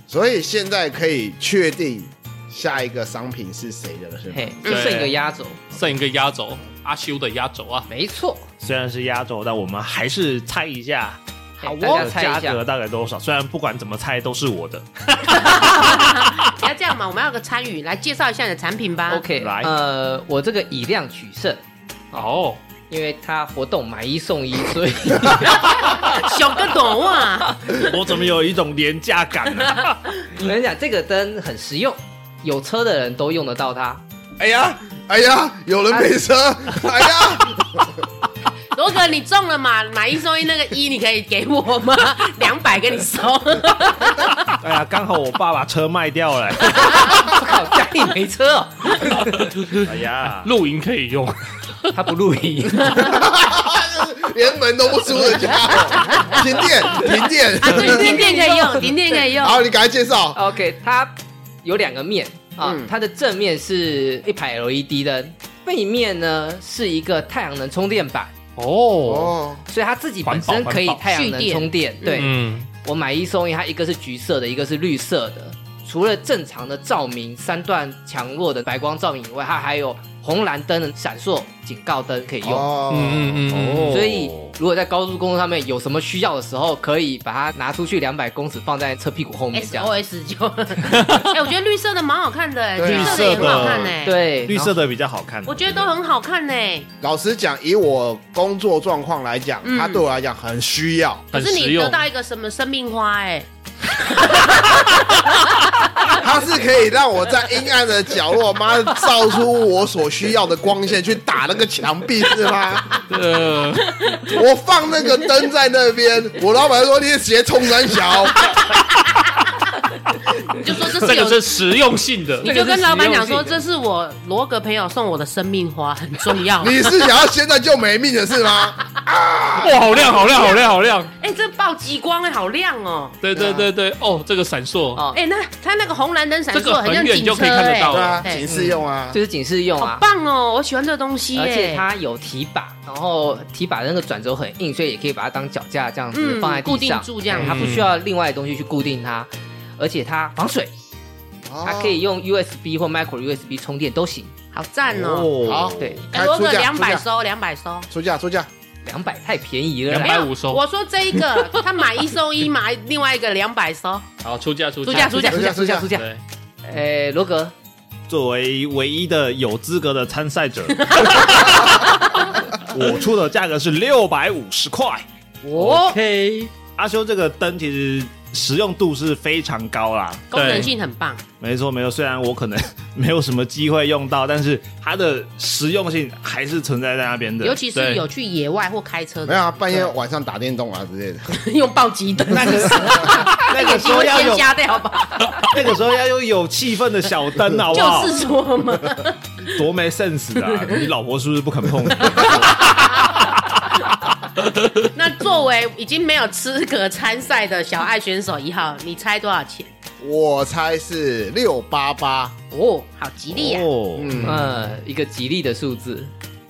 [SPEAKER 1] 所以现在可以确定下一个商品是谁的了，是吗？
[SPEAKER 4] 嘿，
[SPEAKER 3] 对
[SPEAKER 4] 剩一个压轴，
[SPEAKER 3] 剩一个压轴，阿修的压轴啊，
[SPEAKER 4] 没错。
[SPEAKER 5] 虽然是压轴，但我们还是猜一下，
[SPEAKER 4] 好大
[SPEAKER 5] 这
[SPEAKER 4] 家
[SPEAKER 5] 个
[SPEAKER 4] 哦猜一
[SPEAKER 5] 价格
[SPEAKER 4] 下，
[SPEAKER 5] 大概多少？虽然不管怎么猜都是我的，
[SPEAKER 2] 不要这样嘛，我们要有个参与，来介绍一下你的产品吧。
[SPEAKER 4] OK，
[SPEAKER 5] 来
[SPEAKER 4] 呃，我这个以量取胜，
[SPEAKER 3] 哦，
[SPEAKER 4] 因为它活动买一送一，所以
[SPEAKER 2] 熊个懂啊，
[SPEAKER 5] 我怎么有一种廉价感呢、
[SPEAKER 4] 我跟你讲，这个灯很实用，有车的人都用得到它。
[SPEAKER 5] 哎呀，
[SPEAKER 1] 哎呀，有人没车，哎呀，
[SPEAKER 2] 罗哥你中了嘛？买一送一那个一你可以给我吗？两百给你收。
[SPEAKER 5] 哎呀，刚好我爸把车卖掉了、
[SPEAKER 4] 靠，家里没车、哦，
[SPEAKER 5] 哎呀，
[SPEAKER 3] 露营可以用，
[SPEAKER 4] 他不露营，
[SPEAKER 1] 连门都不出的家伙，停电，停电。
[SPEAKER 2] 啊，对，停电可以用，停电可以用。
[SPEAKER 1] 好，你赶快介绍。
[SPEAKER 4] OK，它有两个面啊，
[SPEAKER 1] 嗯
[SPEAKER 4] 它的正面是一排 LED 灯，背面呢是一个太阳能充电板，
[SPEAKER 3] 哦，
[SPEAKER 1] 哦，
[SPEAKER 4] 所以它自己本
[SPEAKER 3] 环
[SPEAKER 4] 身
[SPEAKER 3] 保
[SPEAKER 4] 可以
[SPEAKER 3] 环保
[SPEAKER 4] 太阳能充电。对、
[SPEAKER 3] 嗯，
[SPEAKER 4] 我买一送一，它一个是橘色的，一个是绿色的。除了正常的照明，三段强弱的白光照明以外，它还有红蓝灯的闪烁警告灯可以用。
[SPEAKER 1] 哦，
[SPEAKER 3] 嗯嗯嗯
[SPEAKER 4] 所以，
[SPEAKER 5] 哦
[SPEAKER 4] 如果在高速公路上面有什么需要的时候，可以把它拿出去两百公尺，放在车屁股后面这样。
[SPEAKER 2] SOS 就，哎、我觉得绿色的蛮好看的、
[SPEAKER 1] 对啊
[SPEAKER 2] 橘色的也很好看呢、，
[SPEAKER 4] 对，
[SPEAKER 5] 绿
[SPEAKER 4] 然后
[SPEAKER 5] 色的比较好看。啊
[SPEAKER 2] 我觉得都很好看呢、
[SPEAKER 1] 老实讲，以我工作状况来讲，
[SPEAKER 2] 嗯
[SPEAKER 1] 它对我来讲很需要。
[SPEAKER 2] 可
[SPEAKER 3] 很
[SPEAKER 2] 是
[SPEAKER 3] 实
[SPEAKER 2] 你得
[SPEAKER 3] 用，
[SPEAKER 2] 到一个什么生命花哎、
[SPEAKER 1] 它是可以让我在阴暗的角落，妈的照出我所需要的光线去打那个墙壁，是吗？
[SPEAKER 3] 呃，
[SPEAKER 1] 我放那个灯在那边，我老板说你直接冲三小，
[SPEAKER 2] 你就说这是
[SPEAKER 3] 这
[SPEAKER 2] 有，
[SPEAKER 3] 个是实用性的，
[SPEAKER 2] 你就跟老板讲说，
[SPEAKER 3] 这个
[SPEAKER 2] 这是我罗格朋友送我的生命花，很重要。
[SPEAKER 1] 你是想要现在就没命了是吗？
[SPEAKER 3] 是实用性哇，好亮，好亮，好亮，好亮，
[SPEAKER 2] 哎、这爆极光哎、好亮哦、
[SPEAKER 3] 对对对对，哦，这个闪烁，
[SPEAKER 4] 哦，
[SPEAKER 2] 哎、那它那个红蓝灯闪
[SPEAKER 3] 这个
[SPEAKER 2] 烁，
[SPEAKER 3] 很
[SPEAKER 2] 很像
[SPEAKER 3] 远
[SPEAKER 2] 警
[SPEAKER 3] 就
[SPEAKER 2] 车
[SPEAKER 3] 可以看得
[SPEAKER 2] 哎、
[SPEAKER 3] 到
[SPEAKER 1] 对啊，
[SPEAKER 2] 对
[SPEAKER 1] 请试用啊。
[SPEAKER 4] 就是警示用
[SPEAKER 2] 好
[SPEAKER 4] 啊，
[SPEAKER 2] 棒哦、我喜欢这个东西、哎
[SPEAKER 4] 而且它有提把，然后提把那个转轴很硬，所以也可以把它当脚架这样子
[SPEAKER 2] 嗯
[SPEAKER 4] 放在地
[SPEAKER 2] 固定
[SPEAKER 4] 上，
[SPEAKER 2] 住这样
[SPEAKER 4] 嗯它不需要另外的东西去固定它，而且它防水，
[SPEAKER 1] 哦
[SPEAKER 4] 它可以用 USB 或 Micro USB 充电都行。
[SPEAKER 2] 好赞哦、
[SPEAKER 1] 好，
[SPEAKER 4] 对，
[SPEAKER 2] 哎、
[SPEAKER 1] 开
[SPEAKER 2] 罗格
[SPEAKER 1] 出价
[SPEAKER 2] 两百
[SPEAKER 1] 出价
[SPEAKER 2] 收，两百收。
[SPEAKER 1] 出价出价，
[SPEAKER 4] 两百太便宜了
[SPEAKER 3] 两
[SPEAKER 4] 啦，
[SPEAKER 2] 哎
[SPEAKER 3] 百五收，
[SPEAKER 2] 我说这一个， 他买一送一，买另外一个两百收，
[SPEAKER 3] 好，出价出
[SPEAKER 2] 出价出价
[SPEAKER 4] 出价出价出价。
[SPEAKER 3] 对，
[SPEAKER 4] 哎，罗格，
[SPEAKER 5] 作为唯一的有资格的参赛者，我出的价格是六百五十块。
[SPEAKER 2] 哦，
[SPEAKER 3] ，OK，
[SPEAKER 5] 阿修这个灯其实实用度是非常高啦，
[SPEAKER 2] 功能性很棒，
[SPEAKER 5] 没错没错。虽然我可能没有什么机会用到，但是它的实用性还是存在在那边的。
[SPEAKER 2] 尤其是
[SPEAKER 3] 对
[SPEAKER 2] 有去野外或开车
[SPEAKER 1] 没有
[SPEAKER 2] 的，
[SPEAKER 1] 啊，半夜晚上打电动啊之类的。
[SPEAKER 2] 用暴击灯，
[SPEAKER 5] 那个 那个时候
[SPEAKER 2] 会
[SPEAKER 5] 要
[SPEAKER 2] 先
[SPEAKER 5] 有
[SPEAKER 2] 瞎掉吧？
[SPEAKER 5] 那个时候要用有气氛的小灯，好不好？
[SPEAKER 2] 就是说嘛，
[SPEAKER 5] 多没 sense 的 啊！你老婆是不是不肯碰？
[SPEAKER 2] 那作为已经没有资格参赛的小爱选手一号，你猜多少钱？
[SPEAKER 1] 我猜是六八八。
[SPEAKER 2] 哦，好吉利啊！
[SPEAKER 5] 哦，
[SPEAKER 1] 嗯，
[SPEAKER 4] 呃，一个吉利的数字，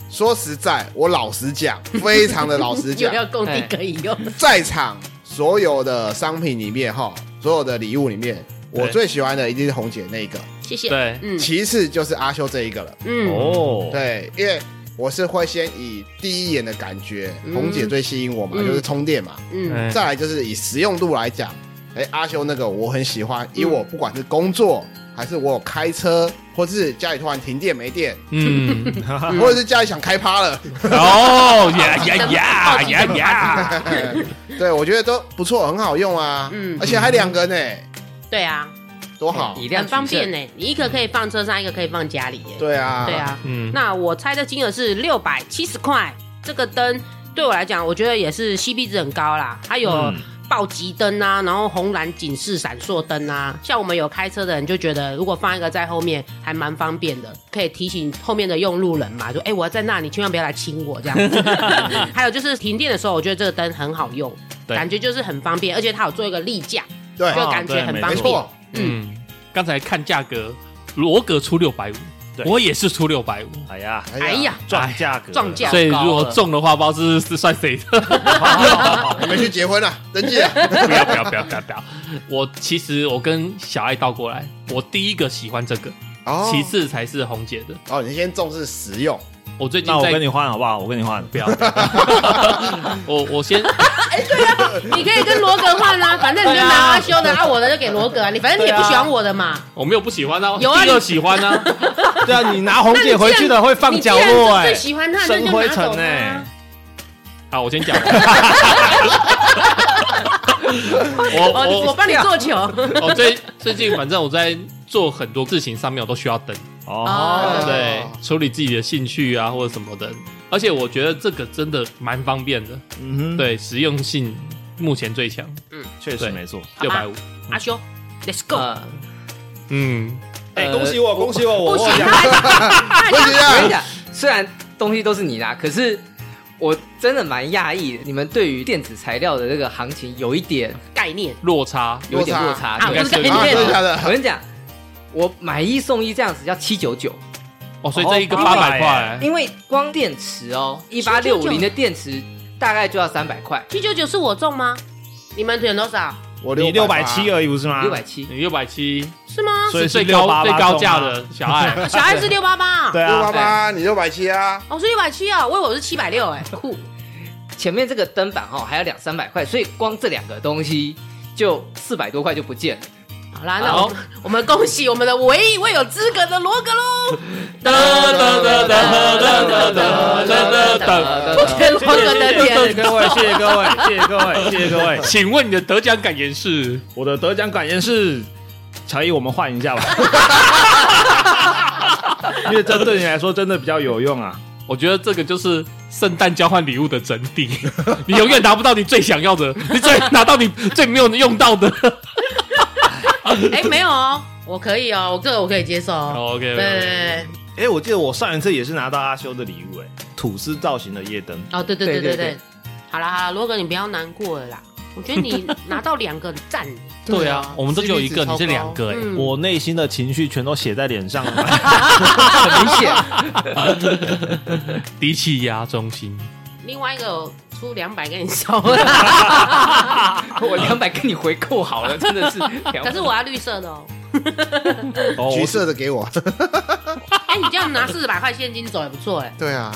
[SPEAKER 1] 说实在，我老实讲，非常的老实
[SPEAKER 2] 有
[SPEAKER 1] 讲
[SPEAKER 2] 没，有工地可以用？
[SPEAKER 1] 在场所有的商品里面哈，所有的礼物里面，我
[SPEAKER 3] 对
[SPEAKER 1] 最喜欢的一定是红姐那一个，
[SPEAKER 2] 谢谢。
[SPEAKER 3] 对
[SPEAKER 2] 嗯
[SPEAKER 1] 其次就是阿修这一个了。
[SPEAKER 2] 嗯，
[SPEAKER 5] 哦，
[SPEAKER 1] 对，因为我是会先以第一眼的感觉，
[SPEAKER 2] 嗯
[SPEAKER 1] 红姐最吸引我嘛，
[SPEAKER 2] 嗯
[SPEAKER 1] 就是充电嘛。
[SPEAKER 2] 嗯
[SPEAKER 3] 哎
[SPEAKER 1] 再来就是以实用度来讲，哎，阿修那个我很喜欢，以
[SPEAKER 2] 嗯
[SPEAKER 1] 我不管是工作，还是我有开车，或是家里突然停电没电，
[SPEAKER 3] 嗯，
[SPEAKER 1] 或者是家里想开趴了，
[SPEAKER 2] 嗯
[SPEAKER 5] Oh,
[SPEAKER 3] 哦呀呀呀呀呀，
[SPEAKER 1] 对我觉得都不错，很好用啊。
[SPEAKER 2] 嗯
[SPEAKER 1] 而且还两个呢，
[SPEAKER 2] 对啊，
[SPEAKER 1] 多好。
[SPEAKER 4] 以量
[SPEAKER 2] 很
[SPEAKER 4] 取
[SPEAKER 2] 方便
[SPEAKER 4] 胜。
[SPEAKER 2] 呢。你一个可以放车上，一个可以放家里耶。
[SPEAKER 1] 对啊，
[SPEAKER 2] 对，啊，
[SPEAKER 3] 嗯，
[SPEAKER 2] 那我猜的金额是六百七十块。这个灯对我来讲，我觉得也是 CP 值很高啦。它有
[SPEAKER 5] 嗯
[SPEAKER 2] 暴击灯啊，然后红蓝警示闪烁灯啊。像我们有开车的人就觉得，如果放一个在后面，还蛮方便的，可以提醒后面的用路人嘛，说哎、我要在那里，千万不要来亲我这样子。还有就是停电的时候，我觉得这个灯很好用，
[SPEAKER 3] 对
[SPEAKER 2] 感觉就是很方便，而且它有做一个立架，
[SPEAKER 1] 对，
[SPEAKER 2] 就感觉很
[SPEAKER 5] 对
[SPEAKER 2] 方
[SPEAKER 1] 没
[SPEAKER 2] 便。
[SPEAKER 1] 错，
[SPEAKER 3] 嗯，刚才看价格，罗格出六百五，
[SPEAKER 5] 对
[SPEAKER 3] 我也是出六百五。
[SPEAKER 5] 哎呀，
[SPEAKER 2] 哎呀，
[SPEAKER 5] 撞价格，
[SPEAKER 2] 撞价
[SPEAKER 3] 所以如
[SPEAKER 2] 高
[SPEAKER 3] 果
[SPEAKER 2] 了，
[SPEAKER 3] 中的话，不知道是是算谁的。
[SPEAKER 1] 你们去结婚 了，登记啊了，
[SPEAKER 3] 不要不要不要不要不要！我其实我跟小爱倒过来，我第一个喜欢这个，
[SPEAKER 1] 哦，
[SPEAKER 3] 其次才是红姐的。
[SPEAKER 1] 哦，你先重视实用，
[SPEAKER 3] 我最近
[SPEAKER 5] 那我
[SPEAKER 3] 在
[SPEAKER 5] 跟你换好不好？我跟你换，
[SPEAKER 3] 不要，不要我我先
[SPEAKER 2] 你可以跟罗格换 啊，反正你就拿阿修的，啊我的就给罗格啊，你反正你也不喜欢我的嘛。
[SPEAKER 3] 我没有不喜欢啊，
[SPEAKER 2] 有啊
[SPEAKER 3] 第二
[SPEAKER 2] 你
[SPEAKER 3] 喜欢 啊，
[SPEAKER 5] 对啊，你拿红
[SPEAKER 2] 那你
[SPEAKER 5] 姐回去的会放
[SPEAKER 2] 你既
[SPEAKER 5] 角
[SPEAKER 2] 然
[SPEAKER 5] 落
[SPEAKER 2] 就
[SPEAKER 5] 哎
[SPEAKER 2] 最，喜欢他，那
[SPEAKER 5] 生
[SPEAKER 2] 就
[SPEAKER 5] 灰
[SPEAKER 2] 拿
[SPEAKER 5] 尘
[SPEAKER 2] 走他
[SPEAKER 5] 哎
[SPEAKER 2] 啊。，
[SPEAKER 3] 好，我先 讲。我
[SPEAKER 2] 哦，你我
[SPEAKER 3] 我
[SPEAKER 2] 帮你做 球，
[SPEAKER 3] 我最最近反正我在做很多事情上面，我都需要灯，
[SPEAKER 2] 哦
[SPEAKER 3] 对，处理自己的兴趣啊或者什么的。而且我觉得这个真的蛮方便的，
[SPEAKER 5] 嗯哼，，
[SPEAKER 3] 对，实用性目前最强，
[SPEAKER 5] 确实
[SPEAKER 3] 对
[SPEAKER 5] 没错。
[SPEAKER 2] 好
[SPEAKER 3] 六
[SPEAKER 2] 吧
[SPEAKER 3] 百五。
[SPEAKER 2] 阿修，Let's
[SPEAKER 5] 啊
[SPEAKER 2] go。
[SPEAKER 4] 呃，
[SPEAKER 3] 嗯，
[SPEAKER 5] 哎，
[SPEAKER 4] 呃
[SPEAKER 5] 恭喜我，恭喜我，我
[SPEAKER 2] 不
[SPEAKER 5] 获
[SPEAKER 2] 行
[SPEAKER 5] 奖。
[SPEAKER 1] 不行
[SPEAKER 4] 我跟你
[SPEAKER 1] 啊，
[SPEAKER 4] 讲，虽然东西都是你拿，可是我真的蛮讶异的，你们对于电子材料的这个行情有一点
[SPEAKER 2] 概念
[SPEAKER 3] 落差
[SPEAKER 4] 有一点
[SPEAKER 1] 落
[SPEAKER 4] 落
[SPEAKER 1] 差
[SPEAKER 4] 差。
[SPEAKER 2] 啊，
[SPEAKER 3] 应
[SPEAKER 2] 不
[SPEAKER 3] 该
[SPEAKER 4] 对
[SPEAKER 2] 是
[SPEAKER 3] 是
[SPEAKER 2] 跟
[SPEAKER 3] 有
[SPEAKER 1] 啊，
[SPEAKER 3] 点
[SPEAKER 1] 真的
[SPEAKER 2] N
[SPEAKER 1] 假的？
[SPEAKER 4] 我跟你讲，我买一送一这样子要七九九，
[SPEAKER 3] 哦，所以这一个
[SPEAKER 5] 哦
[SPEAKER 3] 八
[SPEAKER 5] 800
[SPEAKER 3] 百
[SPEAKER 2] 哎
[SPEAKER 3] 块，
[SPEAKER 4] 因为光电池哦，一八六五零的电池大概就要三百块，
[SPEAKER 2] 七九九是我中吗？你们选多少？
[SPEAKER 1] 我
[SPEAKER 5] 你六百七
[SPEAKER 1] 啊，
[SPEAKER 5] 而已，不是吗？
[SPEAKER 4] 六百，七。
[SPEAKER 3] 你六百七，
[SPEAKER 2] 是吗？
[SPEAKER 5] 所以
[SPEAKER 3] 是
[SPEAKER 5] 是
[SPEAKER 3] 最高
[SPEAKER 5] 688
[SPEAKER 3] 最高价
[SPEAKER 5] 中
[SPEAKER 3] 的小爱。
[SPEAKER 2] 小爱是六八八，
[SPEAKER 5] 啊对
[SPEAKER 1] 六八
[SPEAKER 5] 啊，
[SPEAKER 1] 八，你六百七啊，
[SPEAKER 2] 哦，是六百七啊，我以为我是七百六哎，酷，
[SPEAKER 4] 前面这个灯板哦哈、还要两三百块，所以光这两个东西就四百多块就不 见了。
[SPEAKER 2] 好啦，那我们我们恭喜我们的唯一位有资格的罗格喽！
[SPEAKER 3] 哒哒哒哒哒哒哒哒哒
[SPEAKER 2] 不给 罗格的
[SPEAKER 5] 呃谢谢
[SPEAKER 2] 点，
[SPEAKER 5] 各位，谢谢各位，谢谢各位，谢谢各 位。
[SPEAKER 3] 请问你的得奖感言是？
[SPEAKER 5] 我的得奖感言是：乔伊，我们换一 下吧，因为这对你来说真的比较有用啊。
[SPEAKER 3] 我觉得这个就是圣诞交换礼物的真谛，你永远拿不到你最想要的，你 最拿到你最没有用到的。
[SPEAKER 2] 哎，没有哦，我可以哦，我这个我可以接受哦。 对对
[SPEAKER 3] OK，
[SPEAKER 2] 对，
[SPEAKER 5] 哎、我记得我上一次也是拿到阿修的礼物、哎，吐司造型的夜灯。
[SPEAKER 2] 哦对对对
[SPEAKER 4] 对
[SPEAKER 2] 对
[SPEAKER 4] 对
[SPEAKER 2] 对
[SPEAKER 4] 对，
[SPEAKER 2] 好啦好啦，罗格你不要难过了啦，我觉得你拿到两个 赞，
[SPEAKER 3] 对啊，我们这就有一个，你是两个，哎，
[SPEAKER 2] 嗯
[SPEAKER 5] 我内心的情绪全都写在脸上了，
[SPEAKER 4] 很明显，
[SPEAKER 3] 低气压中心，
[SPEAKER 2] 另外一个我出两百给你收了，
[SPEAKER 4] 我两百跟你回扣好了，真 的是200。
[SPEAKER 2] 可是我要绿色的哦。
[SPEAKER 5] 哦
[SPEAKER 1] 橘色的给我，
[SPEAKER 2] 哎，你这样拿四十百块现金走也不错哎。
[SPEAKER 1] 对啊，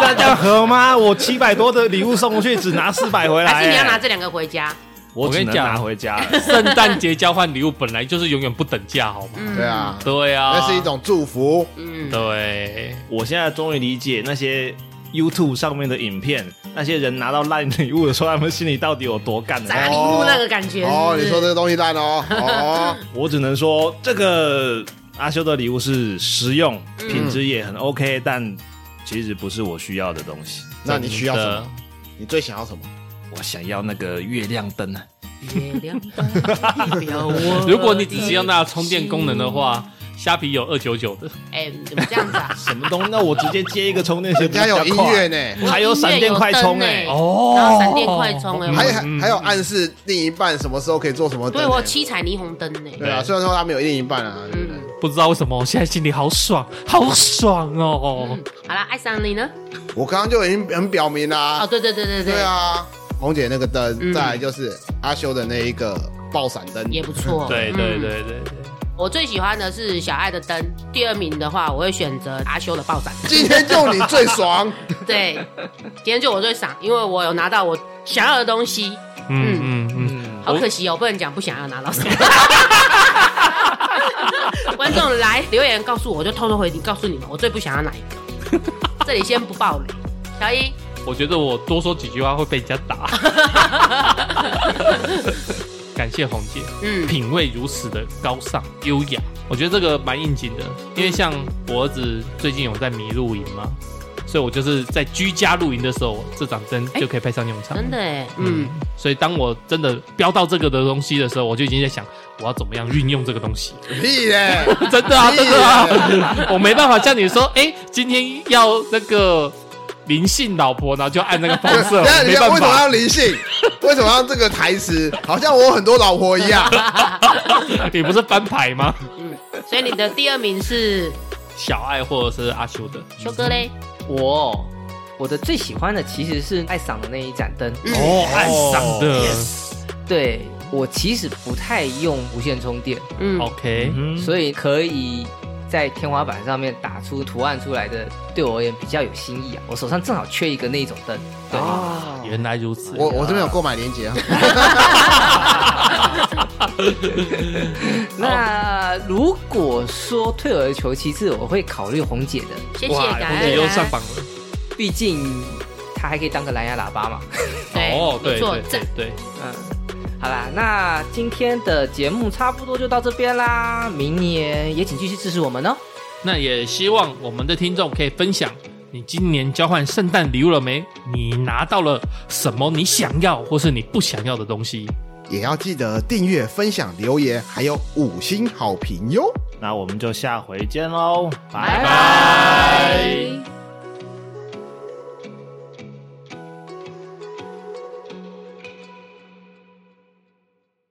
[SPEAKER 5] 那这样合吗？我七百多的礼物送过去，只拿四百回来、
[SPEAKER 2] 还是你要拿
[SPEAKER 5] 哎
[SPEAKER 2] 这两个回家？
[SPEAKER 5] 我
[SPEAKER 3] 我
[SPEAKER 5] 只
[SPEAKER 3] 跟
[SPEAKER 5] 能
[SPEAKER 3] 你讲
[SPEAKER 5] 拿回家了。
[SPEAKER 3] 圣诞节交换礼物本来就是永远不等价，好吗？
[SPEAKER 2] 嗯，
[SPEAKER 1] 对，啊，
[SPEAKER 3] 对啊，
[SPEAKER 1] 那是一种祝福，
[SPEAKER 2] 嗯，
[SPEAKER 3] 对。
[SPEAKER 5] 我现在终于理解那些 YouTube 上面的影片，那些人拿到烂礼物的时候，他们心里到底有多干
[SPEAKER 2] 砸
[SPEAKER 5] 的。
[SPEAKER 2] 礼物那个感觉是不是。
[SPEAKER 1] 哦，你说这个东西烂 哦，哦，
[SPEAKER 5] 我只能说，这个阿修的礼物是实用，
[SPEAKER 2] 嗯
[SPEAKER 5] 品质也很 OK，但其实不是我需要的东西。
[SPEAKER 1] 那你需要什
[SPEAKER 3] 真的
[SPEAKER 1] 么？你最想要什么？
[SPEAKER 5] 我想要那个月亮灯啊！
[SPEAKER 2] 月亮代表 我
[SPEAKER 3] 如果你只是要那充电功能的话，
[SPEAKER 2] 嗯
[SPEAKER 3] 虾皮有二九九的，
[SPEAKER 2] 哎，怎么这样子啊？
[SPEAKER 5] 什么东西？那我直接接一个充电线，
[SPEAKER 1] 人家有
[SPEAKER 5] 不是
[SPEAKER 1] 音
[SPEAKER 5] 比较快
[SPEAKER 1] 乐，呢，
[SPEAKER 5] 还有闪电快充哎、
[SPEAKER 2] 有灯欸
[SPEAKER 3] 哦
[SPEAKER 2] 然后闪电快充哎
[SPEAKER 1] 还
[SPEAKER 2] 嗯
[SPEAKER 1] 还还有暗示另一半什么时候可以做什么。
[SPEAKER 2] 对我有七彩霓虹灯呢。
[SPEAKER 1] 对啊，虽然说他没有另一半啊，对不对
[SPEAKER 2] 嗯
[SPEAKER 3] 不知道为什么，我现在心里好爽，好爽哦！
[SPEAKER 2] 好啦，艾桑你呢？
[SPEAKER 1] 我刚刚就已经很表明啦、
[SPEAKER 2] 哦，对对对对
[SPEAKER 1] 对，啊，红姐那个灯，
[SPEAKER 2] 嗯
[SPEAKER 1] 再来就是阿修的那一个爆闪灯，
[SPEAKER 2] 也不错。
[SPEAKER 3] 对对
[SPEAKER 2] 嗯，
[SPEAKER 3] 对对对，
[SPEAKER 2] 我最喜欢的是小爱的灯，第二名的话我会选择阿修的爆 闪。
[SPEAKER 1] 今天就你最 爽，
[SPEAKER 2] 对，今天就我最爽，因为我有拿到我想要的东西。
[SPEAKER 3] 嗯嗯嗯，
[SPEAKER 4] 嗯，
[SPEAKER 2] 好可惜哦，不能讲不想要拿到什 么。观众来留言告诉我，我就偷偷回你告诉你们，我最不想要哪一个。 这里先不爆雷，小一，
[SPEAKER 3] 我觉得我多说几句话会被人家打。感谢红姐，
[SPEAKER 2] 嗯，
[SPEAKER 3] 品味如此的高尚优雅，我觉得这个蛮应景的，因为像我儿子最近有在迷露营嘛，所以我就是在居家露营的时候，这盏灯就可以派上用场。
[SPEAKER 2] 真的哎，
[SPEAKER 3] 嗯
[SPEAKER 2] 嗯，，
[SPEAKER 3] 所以当我真的飙到这个的东西的时候，我就已经在想我要怎么样运用这个东 西。
[SPEAKER 1] 屁嘞！
[SPEAKER 3] 真的啊，
[SPEAKER 1] 屁
[SPEAKER 3] 真的啊，我没办法叫你说，哎、今天要那个灵性老婆，然后就按那个放
[SPEAKER 1] 等
[SPEAKER 3] 射，
[SPEAKER 1] 一下等一
[SPEAKER 3] 没
[SPEAKER 1] 下，
[SPEAKER 3] 办
[SPEAKER 1] 为什么
[SPEAKER 3] 法
[SPEAKER 1] 要，灵性？为什么要这个台词？好像我有很多老婆 一样。
[SPEAKER 3] 你不是翻牌吗？
[SPEAKER 2] 嗯，所以你的第二名是
[SPEAKER 3] 小爱或者是阿修的
[SPEAKER 2] 修哥嘞，
[SPEAKER 4] 我哦我的最喜欢的其实是爱赏的那一盏灯。
[SPEAKER 2] 嗯
[SPEAKER 3] 哦，按赏的
[SPEAKER 4] 对我其实不太用无线充电，
[SPEAKER 2] 嗯，
[SPEAKER 3] ，OK，
[SPEAKER 5] 嗯
[SPEAKER 4] 所以可以在天花板上面打出图案出来的，对我而言比较有新意啊。我手上正好缺一个那一种灯，对，
[SPEAKER 1] 哦，
[SPEAKER 2] 嗯
[SPEAKER 3] 原来如此，
[SPEAKER 1] 我我这边有购买链接啊。
[SPEAKER 4] 那如果说退而求其次，我会考虑红姐的，
[SPEAKER 2] 谢谢，
[SPEAKER 3] 哇，
[SPEAKER 2] 感
[SPEAKER 3] 红姐
[SPEAKER 2] 恩
[SPEAKER 3] 又
[SPEAKER 2] 啊
[SPEAKER 3] 上榜了，
[SPEAKER 4] 毕竟她还可以当个蓝牙喇叭嘛。
[SPEAKER 2] 对
[SPEAKER 3] 哦，
[SPEAKER 2] 没
[SPEAKER 3] 对
[SPEAKER 2] 错
[SPEAKER 3] 对对
[SPEAKER 2] 赞
[SPEAKER 3] 对，
[SPEAKER 4] 嗯，好啦，那今天的节目差不多就到这边啦，明年也请继续支持我们哦。
[SPEAKER 3] 那也希望我们的听众可以分享，你今年交换圣诞礼物了没？你拿到了什么你想要或是你不想要的东西？
[SPEAKER 1] 也要记得订阅、分享、留言，还有五星好评哟。
[SPEAKER 5] 那我们就下回见喽，拜
[SPEAKER 4] 拜
[SPEAKER 3] 拜。